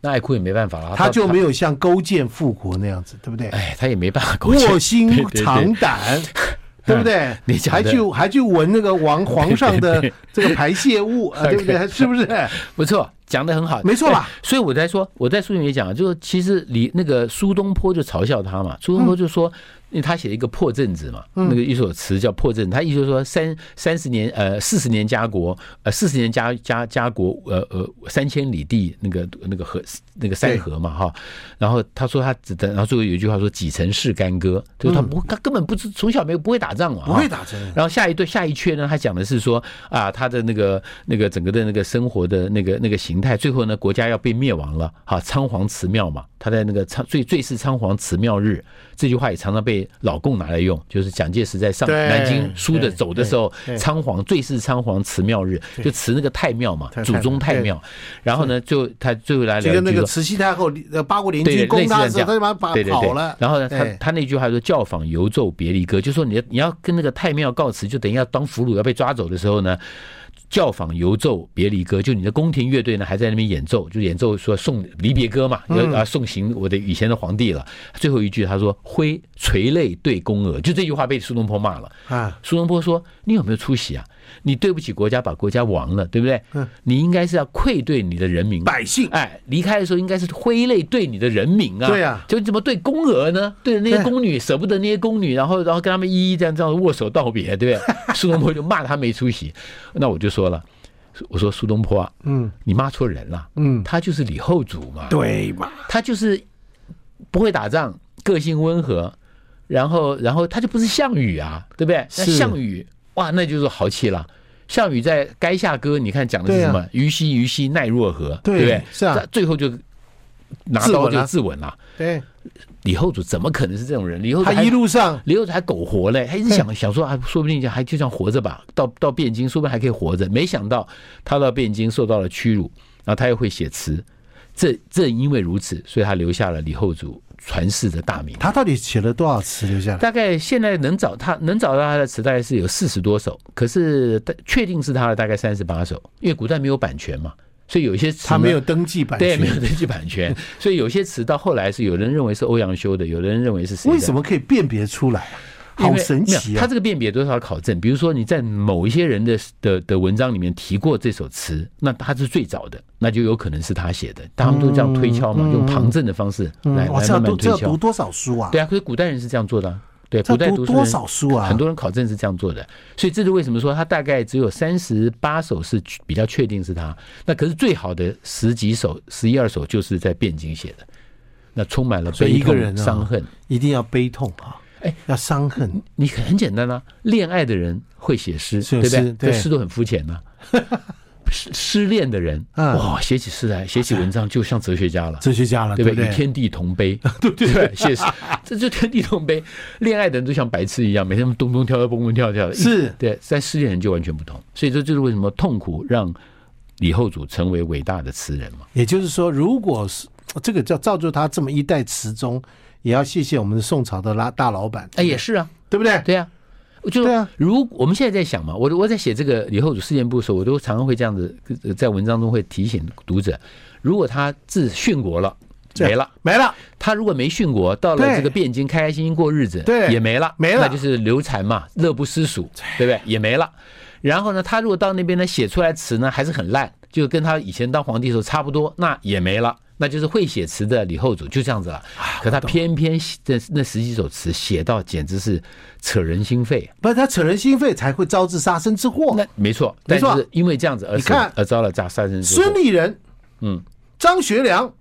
Speaker 2: 那爱哭也没办法了，
Speaker 1: 他就没
Speaker 2: 有，
Speaker 1: 有像勾践复国那样子，对不 对？
Speaker 2: 哎，他也没办法勾
Speaker 1: 卧
Speaker 2: 践。
Speaker 1: 薪
Speaker 2: 对对对嗯
Speaker 1: 尝胆。 对不对？
Speaker 2: 你讲
Speaker 1: 还
Speaker 2: 得
Speaker 1: 去还去闻那个王皇上的这个排泄物 啊，对不对？是不是？
Speaker 2: 不错，讲的很好，
Speaker 1: 没错吧
Speaker 2: 对？所以我在说，我在书里面讲，啊就是其实李那个苏东坡就嘲笑他嘛，苏东坡就说，因为他写了一个破阵子嘛，
Speaker 1: 嗯
Speaker 2: 那个一首词叫《破阵》，他意思就是说三三十年呃四十年家国呃四十年家家家国呃呃三千里地那个那个河那个山河嘛哈，然后他说他只等，然后最后有一句话说几成是干戈，就是他不他根本不知从小没有不会打仗嘛，
Speaker 1: 嗯不
Speaker 2: 哈
Speaker 1: 会打针的。
Speaker 2: 然后下一对下一阙呢，他讲的是说啊，他的那个那个整个的那个生活的那个那个形态，最后呢，国家要被灭亡了，哈、仓皇辞庙嘛，他在那个仓最最是仓皇辞庙日这句话也常常被老共拿来用，就是蒋介石在上
Speaker 1: 对
Speaker 2: 南京输
Speaker 1: 对
Speaker 2: 的走的时候
Speaker 1: 对对，
Speaker 2: 仓皇最是仓皇辞庙日，就辞那个太庙嘛
Speaker 1: 太，
Speaker 2: 祖宗
Speaker 1: 太
Speaker 2: 太
Speaker 1: 庙
Speaker 2: 庙，然后呢，就他最后来
Speaker 1: 就
Speaker 2: 聊
Speaker 1: 跟那
Speaker 2: 一句
Speaker 1: 个
Speaker 2: 说。
Speaker 1: 慈禧太后呃八国联
Speaker 2: 对，
Speaker 1: 军攻
Speaker 2: 类似
Speaker 1: 他的
Speaker 2: 这
Speaker 1: 时候，
Speaker 2: 样
Speaker 1: 他就把他
Speaker 2: 对对对
Speaker 1: 跑了。哎
Speaker 2: 然后呢，他
Speaker 1: 对
Speaker 2: 他那句话说“教坊游奏别离歌”，就说你要你要跟那个太庙告辞，就等于要当俘虏要被抓走的时候呢。教坊游奏别离歌，就你的宫廷乐队呢还在那边演奏，就演奏说送
Speaker 1: 嗯
Speaker 2: 离别歌嘛，要啊送行我的以前的皇帝了。最后一句他说挥垂泪对宫娥，就这句话被苏东坡骂了。
Speaker 1: 啊，
Speaker 2: 苏东坡说：“你有没有出息啊？你对不起国家，把国家亡了，对不对？你应该是要愧对你的人民，
Speaker 1: 嗯百姓
Speaker 2: 哎，离开的时候应该是挥泪对你的人民啊。
Speaker 1: 对啊
Speaker 2: 就你怎么对宫娥呢？对那些
Speaker 1: 对
Speaker 2: 宫女，舍不得那些宫女，然后然后跟他们一一这样这样握手道别，对不 对？苏东坡就骂他没出息。那我就说了，我说苏东坡啊，
Speaker 1: 嗯
Speaker 2: 你骂错人了，
Speaker 1: 嗯，
Speaker 2: 他就是李后主嘛。
Speaker 1: 对嘛，
Speaker 2: 他就是不会打仗，个性温和，然后然后他就不是项羽啊，对不对？那
Speaker 1: 是
Speaker 2: 项羽哇，那就是豪气了。项羽在垓下歌，你看讲的是
Speaker 1: 对啊
Speaker 2: 什么？虞兮虞兮奈若何，
Speaker 1: 对
Speaker 2: 对不对？
Speaker 1: 是啊
Speaker 2: 他最后就拿
Speaker 1: 自刎
Speaker 2: 刀
Speaker 1: 了
Speaker 2: 就自刎了。
Speaker 1: 对
Speaker 2: 李后主怎么可能是这种人？李后主
Speaker 1: 他
Speaker 2: 还
Speaker 1: 一路上
Speaker 2: 李后主还苟活嘞，他一直想想说啊，说不定还就这样活着吧，到到汴京，说不定还可以活着。没想到他到汴京受到了屈辱，然后他又会写词，正正因为如此，所以他留下了李后主传世的大名。
Speaker 1: 他到底写了多少词留下来？
Speaker 2: 大概现在能找他能找到他的词，大概是有四十多首，可是大确定是他的大概三十八首，因为古代没有版权嘛，所以有一些词
Speaker 1: 他
Speaker 2: 呢
Speaker 1: 没有登记版
Speaker 2: 对没有
Speaker 1: 权，
Speaker 2: 登记版权，所以有些词到后来是有人认为是欧阳修的，有人认为是谁的。
Speaker 1: 为什么可以辨别出来啊？
Speaker 2: 因为
Speaker 1: 好神
Speaker 2: 没
Speaker 1: 奇
Speaker 2: 有
Speaker 1: 啊
Speaker 2: 他！这个辨别多少考证？比如说你在某一些人的的的文章里面提过这首词，那他是最早的，那就有可能是他写的。他们都这样推敲
Speaker 1: 嗯
Speaker 2: 嘛，用旁证的方式来、
Speaker 1: 哇，
Speaker 2: 来
Speaker 1: 这要
Speaker 2: 慢
Speaker 1: 读
Speaker 2: 慢
Speaker 1: 这
Speaker 2: 推
Speaker 1: 要读
Speaker 2: 敲。
Speaker 1: 多少书啊？
Speaker 2: 对啊，可是古代人是这样做的啊、对，
Speaker 1: 这
Speaker 2: 古代
Speaker 1: 要
Speaker 2: 读
Speaker 1: 读
Speaker 2: 书
Speaker 1: 多
Speaker 2: 人
Speaker 1: 少书啊？
Speaker 2: 很多人考证是这样做的，所以这是为什么说他大概只有三十八首是比较确定是他，那可是最好的十几首、十一二首就是在汴京写的，那充满了
Speaker 1: 所以
Speaker 2: 悲
Speaker 1: 一个
Speaker 2: 痛
Speaker 1: 人啊
Speaker 2: 伤恨。
Speaker 1: 一定要悲痛啊，
Speaker 2: 哎，
Speaker 1: 要伤恨，
Speaker 2: 你很简单啊，恋爱的人会写诗，
Speaker 1: 写
Speaker 2: 对不对
Speaker 1: 诗？对
Speaker 2: 这诗都很肤浅 呐。失失恋的人，
Speaker 1: 嗯
Speaker 2: 哇，写起诗来，写起文章就像哲学 家了。
Speaker 1: 哲学家了，
Speaker 2: 啊对
Speaker 1: 不
Speaker 2: 不对？与
Speaker 1: 对？
Speaker 2: 天地同悲， 对不对？谢谢， 这就天地同悲。恋爱的人都像白痴一样，每天咚咚跳跳、蹦蹦跳跳的。
Speaker 1: 是
Speaker 2: 对，在失恋人就完全不同。所以这就是为什么痛苦让李后主成为伟大的词人嘛。
Speaker 1: 也就是说，如果是这个叫造就他这么一代词宗，也要谢谢我们的宋朝的拉大老板，
Speaker 2: 哎，也是啊，
Speaker 1: 对不对？
Speaker 2: 对啊。我就
Speaker 1: 对啊
Speaker 2: 如我们现在在想嘛，我我在写这个李后主事件簿的时候，我都常常会这样子，呃在文章中会提醒读者，如果他自殉国了，
Speaker 1: 对
Speaker 2: 没了。
Speaker 1: 没了，
Speaker 2: 他如果没殉国，到了
Speaker 1: 对
Speaker 2: 这个汴京，开开心心过日子，
Speaker 1: 对
Speaker 2: 也没了，
Speaker 1: 没了
Speaker 2: 那就是流产嘛，乐不思蜀，对不对？也没了。然后呢，他如果到那边呢，写出来词呢还是很烂，就跟他以前当皇帝的时候差不多，那也没了。那就是会写词的李后主就这样子了，
Speaker 1: 啊
Speaker 2: 可他偏偏写这那十几首词写到简直是扯人心肺。
Speaker 1: 不然他扯人心肺才会招致杀身之祸。
Speaker 2: 那没错，
Speaker 1: 哦没
Speaker 2: 但
Speaker 1: 错
Speaker 2: 是因为这样子而
Speaker 1: 你看
Speaker 2: 而遭了杀杀身之祸
Speaker 1: 孙。立人，
Speaker 2: 嗯，
Speaker 1: 张学良，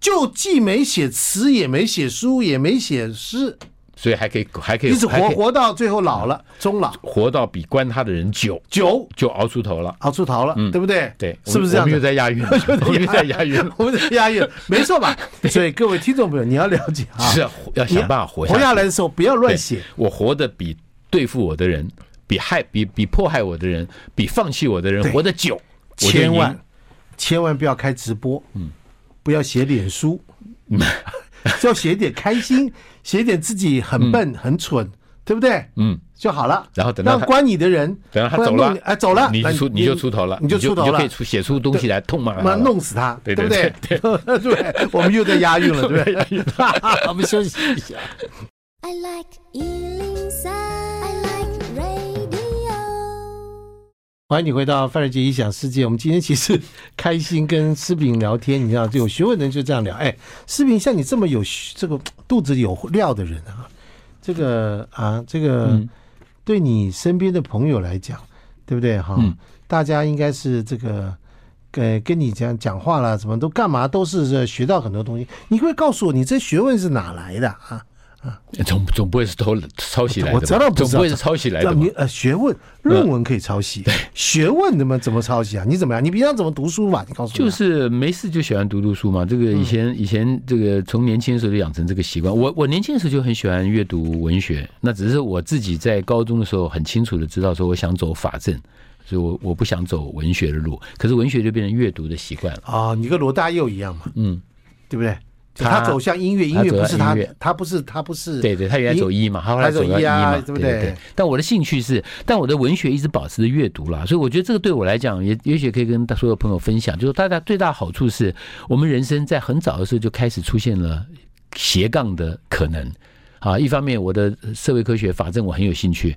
Speaker 1: 就既没写词，也没写书，也没写诗，
Speaker 2: 所以还可以还可以
Speaker 1: 一直
Speaker 2: 哎还嗯
Speaker 1: 活
Speaker 2: 可以
Speaker 1: 活到最后老了，终老，
Speaker 2: 活到比关他的人久，
Speaker 1: 九
Speaker 2: 就熬出头了。
Speaker 1: 熬出头了，对不对？
Speaker 2: 嗯对，
Speaker 1: 是不是这
Speaker 2: 我
Speaker 1: 样
Speaker 2: 们又
Speaker 1: 子？
Speaker 2: 在押 韵了，我们又在押韵了。
Speaker 1: 我们在押韵，没错 吧？所以各位听众朋友，你要了解 啊，
Speaker 2: 是啊要
Speaker 1: 你
Speaker 2: 想办法活
Speaker 1: 活下
Speaker 2: 来，
Speaker 1: 来的时候不要乱
Speaker 2: 对
Speaker 1: 写，
Speaker 2: 我活得比对付我的人，比害比比迫害我的人，比放弃我的人
Speaker 1: 对
Speaker 2: 活得久。我就赢
Speaker 1: 千万千万不要开直播，嗯，不要写脸书， 要写点开心，写点自己很笨很蠢，对不对？
Speaker 2: 嗯，
Speaker 1: 就好了。
Speaker 2: 然后等到
Speaker 1: 让
Speaker 2: 他
Speaker 1: 关你的人，
Speaker 2: 等到他
Speaker 1: 或者
Speaker 2: 走
Speaker 1: 弄
Speaker 2: 了
Speaker 1: 你，哎，走了，
Speaker 2: 你
Speaker 1: 那
Speaker 2: 就出你就出头了，
Speaker 1: 你就出头
Speaker 2: 你就
Speaker 1: 了
Speaker 2: 可以，出写出东西来痛骂他
Speaker 1: 妈
Speaker 2: 了。
Speaker 1: 弄死他，
Speaker 2: 对
Speaker 1: 不
Speaker 2: 对
Speaker 1: 对？ 对，我们又在押韵了， 对不对？ 我们休息一下。
Speaker 3: I like Ealing Sound. I like radio.
Speaker 1: 欢迎你回到范瑞杰异想世界。我们今天其实开心跟诗平聊天，你知道，有学问的人就这样聊。哎，诗平，像你这么有学这个肚子有料的人啊，这个啊，这个、
Speaker 2: 嗯
Speaker 1: 对你身边的朋友来讲，对不对哈？
Speaker 2: 嗯
Speaker 1: 大家应该是这个。跟跟你讲讲话啦，什么都干嘛都是呃学到很多东西。你会告诉我，你这学问是哪来的啊？
Speaker 2: 总总不会是偷抄袭来的吧，
Speaker 1: 我知道不知道
Speaker 2: 总不会是抄袭来的吧嗯
Speaker 1: 你。呃，学问论文可以抄袭，学问怎么怎么抄袭啊？你怎么样？你平常怎么读书法？你告诉我啊。
Speaker 2: 就是没事就喜欢读读书嘛。这个以前以前这个从年轻的时候就养成这个习惯。我我年轻的时候就很喜欢阅读文学，那只是我自己在高中的时候很清楚的知道说我想走法政，所以我我不想走文学的路。可是文学就变成阅读的习惯了。
Speaker 1: 啊，你跟罗大佑一样嘛，
Speaker 2: 嗯，
Speaker 1: 对不对？就他
Speaker 2: 他
Speaker 1: 走向音乐，音
Speaker 2: 他
Speaker 1: 乐
Speaker 2: 走
Speaker 1: 不
Speaker 2: 向
Speaker 1: 是他
Speaker 2: 音乐，
Speaker 1: 他不是他不是
Speaker 2: 对对，他原来走医嘛，他后来走
Speaker 1: 他走
Speaker 2: 到
Speaker 1: 医
Speaker 2: 医
Speaker 1: 啊
Speaker 2: 嘛，
Speaker 1: 对
Speaker 2: 对
Speaker 1: 不
Speaker 2: 对
Speaker 1: 对
Speaker 2: 对。但我的兴趣是，但我的文学一直保持着阅读啦，所以我觉得这个对我来讲，也也许可以跟所有朋友分享，就是大家最大的好处是我们人生在很早的时候就开始出现了斜杠的可能。啊，一方面我的社会科学、法政我很有兴趣，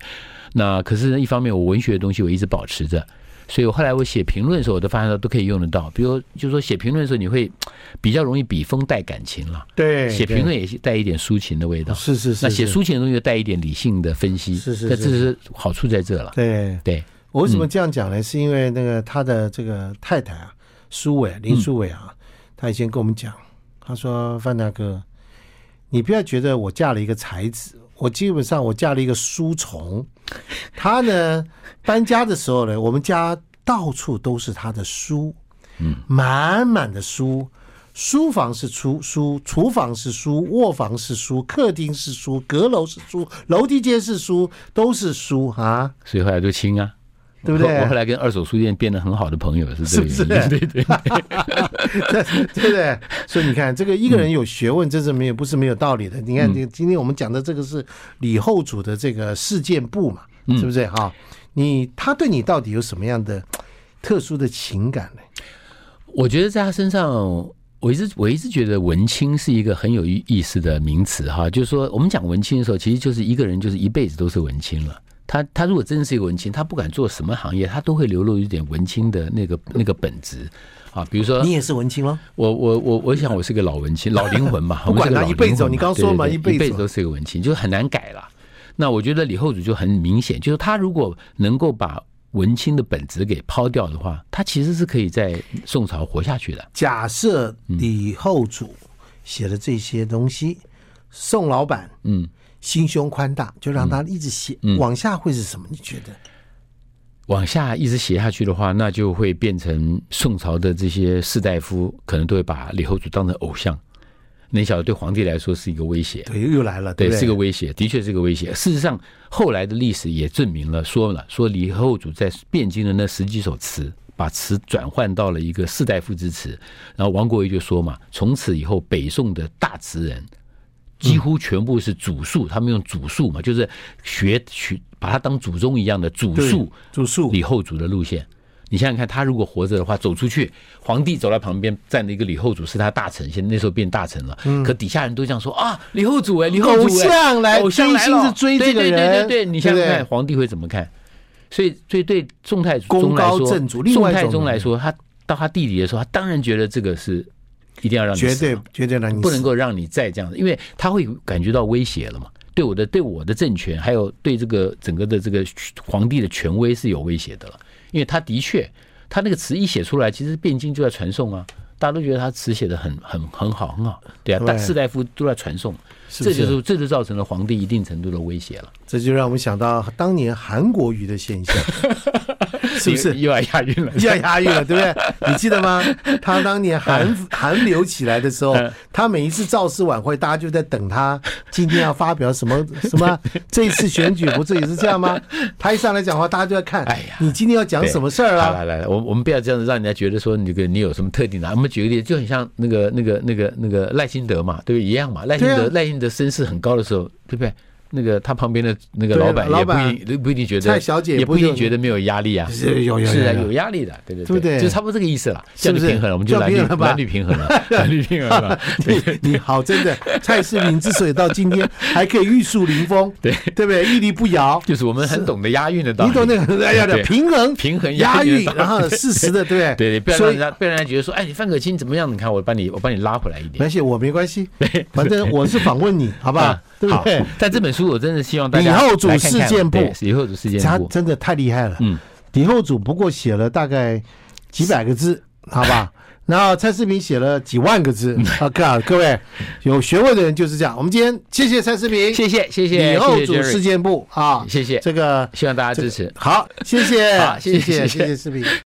Speaker 2: 那可是呢，一方面我文学的东西我一直保持着，所以我后来我写评论的时候，我都发现到都可以用得到。比如就是说写评论的时候，你会比较容易笔锋带感情了，
Speaker 1: 对
Speaker 2: 写评
Speaker 1: 对
Speaker 2: 论也是带一点抒情的味道。
Speaker 1: 是是是
Speaker 2: 那写
Speaker 1: 是
Speaker 2: 抒情的东西又带一点理性的分析，
Speaker 1: 是是
Speaker 2: 那
Speaker 1: 是
Speaker 2: 这是好处在这了。
Speaker 1: 对。
Speaker 2: 对，
Speaker 1: 我为什
Speaker 2: 嗯
Speaker 1: 么这样讲呢？是因为那个他的这个太太啊，苏伟林苏伟
Speaker 2: 嗯
Speaker 1: 啊，他以前跟我们讲，他说范大哥，你不要觉得我嫁了一个才子，我基本上我嫁了一个书 虫。他呢搬家的时候呢，我们家到处都是他的书，嗯，满满的书。书房是书书，厨房是书，卧房是书，客厅是书，阁楼是书，楼梯间是书，都是书啊，
Speaker 2: 所以后来就亲啊，
Speaker 1: 对不对？
Speaker 2: 我我后来跟二手书店变得很好的朋友，是
Speaker 1: 是
Speaker 2: 这
Speaker 1: 不
Speaker 2: 个原
Speaker 1: 是？
Speaker 2: 因。
Speaker 1: 对对对不对？所以你看，这个一个人有学问，这是没有不是没有道理的。你看，这个今天我们讲的这个是李后主的这个事件簿嘛，是不是哈？你他对你到底有什么样的特殊的情感呢？
Speaker 2: 我觉得在他身上，我一直我一直觉得文青是一个很有意思的名词哈。就是说，我们讲文青的时候，其实就是一个人就是一辈子都是文青了。他他如果真的是一个文青，他不管做什么行业，他都会流露一点文青的那个那个本质啊。比如说，
Speaker 1: 你也是文青喽？
Speaker 2: 我我我我想我是个老文青，老灵魂 嘛，
Speaker 1: 不管他
Speaker 2: 我们是个老灵魂嘛
Speaker 1: 一辈子哦你刚说嘛
Speaker 2: 对
Speaker 1: 一
Speaker 2: 对对
Speaker 1: 辈子
Speaker 2: 一辈子都是个文青，就是很难改了。那我觉得李后主就很明显，就是他如果能够把文青的本质给抛掉的话，他其实是可以在宋朝活下去的。
Speaker 1: 假设李后主写了这些东西。宋老板
Speaker 2: 嗯，
Speaker 1: 心胸宽大，就让他一直写。
Speaker 2: 嗯
Speaker 1: 往下会是什么？你觉得？
Speaker 2: 往下一直写下去的话，那就会变成宋朝的这些士大夫可能都会把李后主当成偶像。你晓得，对皇帝来说是一个威胁，
Speaker 1: 对，又又来了，
Speaker 2: 对，
Speaker 1: 不对？
Speaker 2: 是个威胁，的确是个威胁。事实上，后来的历史也证明了，说了说李后主在汴京的那十几首词，把词转换到了一个士大夫之词。然后王国维就说嘛，从此以后北宋的大词人几乎全部是主述，他们用主述嘛，就是学学把它当祖宗一样的主
Speaker 1: 对
Speaker 2: 述
Speaker 1: 主述
Speaker 2: 李后主的路线。你想想看，他如果活着的话，走出去，皇帝走到旁边站了一个李后主，是他大臣，现在那时候变大臣了。可底下人都这样说啊，李后主哎，李后主
Speaker 1: 嗯
Speaker 2: 哎
Speaker 1: 偶像来
Speaker 2: 偶像来了
Speaker 1: 追星是追这个
Speaker 2: 对对对
Speaker 1: 人
Speaker 2: 对对，你想想
Speaker 1: 对不对
Speaker 2: 看，皇帝会怎么看？所以，所以对宋太宗
Speaker 1: 功
Speaker 2: 来
Speaker 1: 高
Speaker 2: 说，
Speaker 1: 震主另外
Speaker 2: 宋
Speaker 1: 一种
Speaker 2: 太宗
Speaker 1: 人
Speaker 2: 来说，他到他弟弟的时候，他当然觉得这个是一定要让你
Speaker 1: 绝
Speaker 2: 死
Speaker 1: 对
Speaker 2: 嘛
Speaker 1: 绝对让你
Speaker 2: 不能
Speaker 1: 够
Speaker 2: 够让你再这样，因为他会感觉到威胁了嘛。对我的对我的政权，还有对这个整个的这个皇帝的权威是有威胁的了。因为他的确，他那个词一写出来，其实汴京就在传颂啊，大家都觉得他词写的很很很好，很好，对啊，
Speaker 1: 对
Speaker 2: 大士大夫都在传颂，
Speaker 1: 是不是
Speaker 2: 这就是这就造成了皇帝一定程度的威胁了，
Speaker 1: 这就让我们想到当年韩国瑜的现 象，是不是？
Speaker 2: 又又要 押韵了？
Speaker 1: 要押韵了，对不对？你记得 吗？他当年韩
Speaker 2: 嗯
Speaker 1: 韩流起来的时候，他每一次造势晚会，大家就在等他今天要发表什 么什么。这一次选举不是也是这样吗？他一上来讲话，大家就在看，
Speaker 2: 哎呀
Speaker 1: 你今天要讲
Speaker 2: 对
Speaker 1: 什么事儿啊
Speaker 2: 好
Speaker 1: 啦
Speaker 2: 来？来来，我我们不要这样子，让人家觉得说你这个你有什么特定的。啊我们举个例子，就很像那个那个那个那个赖清德嘛，对不对？一样嘛。赖清
Speaker 1: 对
Speaker 2: 德
Speaker 1: 啊
Speaker 2: 赖清德声势很高的时候，对不对？那个他旁边的那个
Speaker 1: 对
Speaker 2: 老板
Speaker 1: 老
Speaker 2: 也不
Speaker 1: 板
Speaker 2: 一定不一定觉得，
Speaker 1: 蔡小姐也
Speaker 2: 也
Speaker 1: 不
Speaker 2: 不一定
Speaker 1: 就
Speaker 2: 觉得没有压力啊，
Speaker 1: 是有有
Speaker 2: 是啊，
Speaker 1: 有有
Speaker 2: 有压力的，对对
Speaker 1: 对不对
Speaker 2: 就差不多这个意思了，
Speaker 1: 是
Speaker 2: 这
Speaker 1: 不是
Speaker 2: 样就平衡了，我们就
Speaker 1: 这样
Speaker 2: 男女
Speaker 1: 平衡了吧
Speaker 2: 男女平 衡了，男女平衡了，对对
Speaker 1: 你好，真的，蔡世明之所以到今天还可以玉树临风，
Speaker 2: 对
Speaker 1: 对不对？屹立不摇，
Speaker 2: 就是我们很懂得押韵的道理，
Speaker 1: 你懂那个哎呀的
Speaker 2: 对
Speaker 1: 平衡、
Speaker 2: 平衡
Speaker 1: 押
Speaker 2: 押韵
Speaker 1: 韵，然后适时的，对不
Speaker 2: 对对，
Speaker 1: 对？
Speaker 2: 不要让
Speaker 1: 所以
Speaker 2: 人家不要让人家觉得说，哎，你范可清怎么样？你看我把你我把你拉回来一
Speaker 1: 没
Speaker 2: 点。
Speaker 1: 关系，我没关 系，反正我是访问你，好不好
Speaker 2: 啊？
Speaker 1: 对不对
Speaker 2: 好？但这本书我真的希望大家
Speaker 1: 李后主
Speaker 2: 来看看
Speaker 1: 事件簿
Speaker 2: 对李后主事件
Speaker 1: 他
Speaker 2: 簿，
Speaker 1: 真的太厉害了。
Speaker 2: 嗯，
Speaker 1: 李后主不过写了大概几百个字，好吧？ 然后蔡世明写了几万个
Speaker 2: 嗯
Speaker 1: 字。啊，各各位有学问的人就是这样。我们今天谢谢蔡世明，
Speaker 2: 谢谢谢谢
Speaker 1: 李后
Speaker 2: 谢谢
Speaker 1: 主
Speaker 2: Jerry
Speaker 1: 事件部啊，
Speaker 2: 谢谢
Speaker 1: 这个
Speaker 2: 希望大家支持。
Speaker 1: 好，谢谢，
Speaker 2: 好谢谢
Speaker 1: 谢谢
Speaker 2: 谢谢
Speaker 1: 谢谢世明。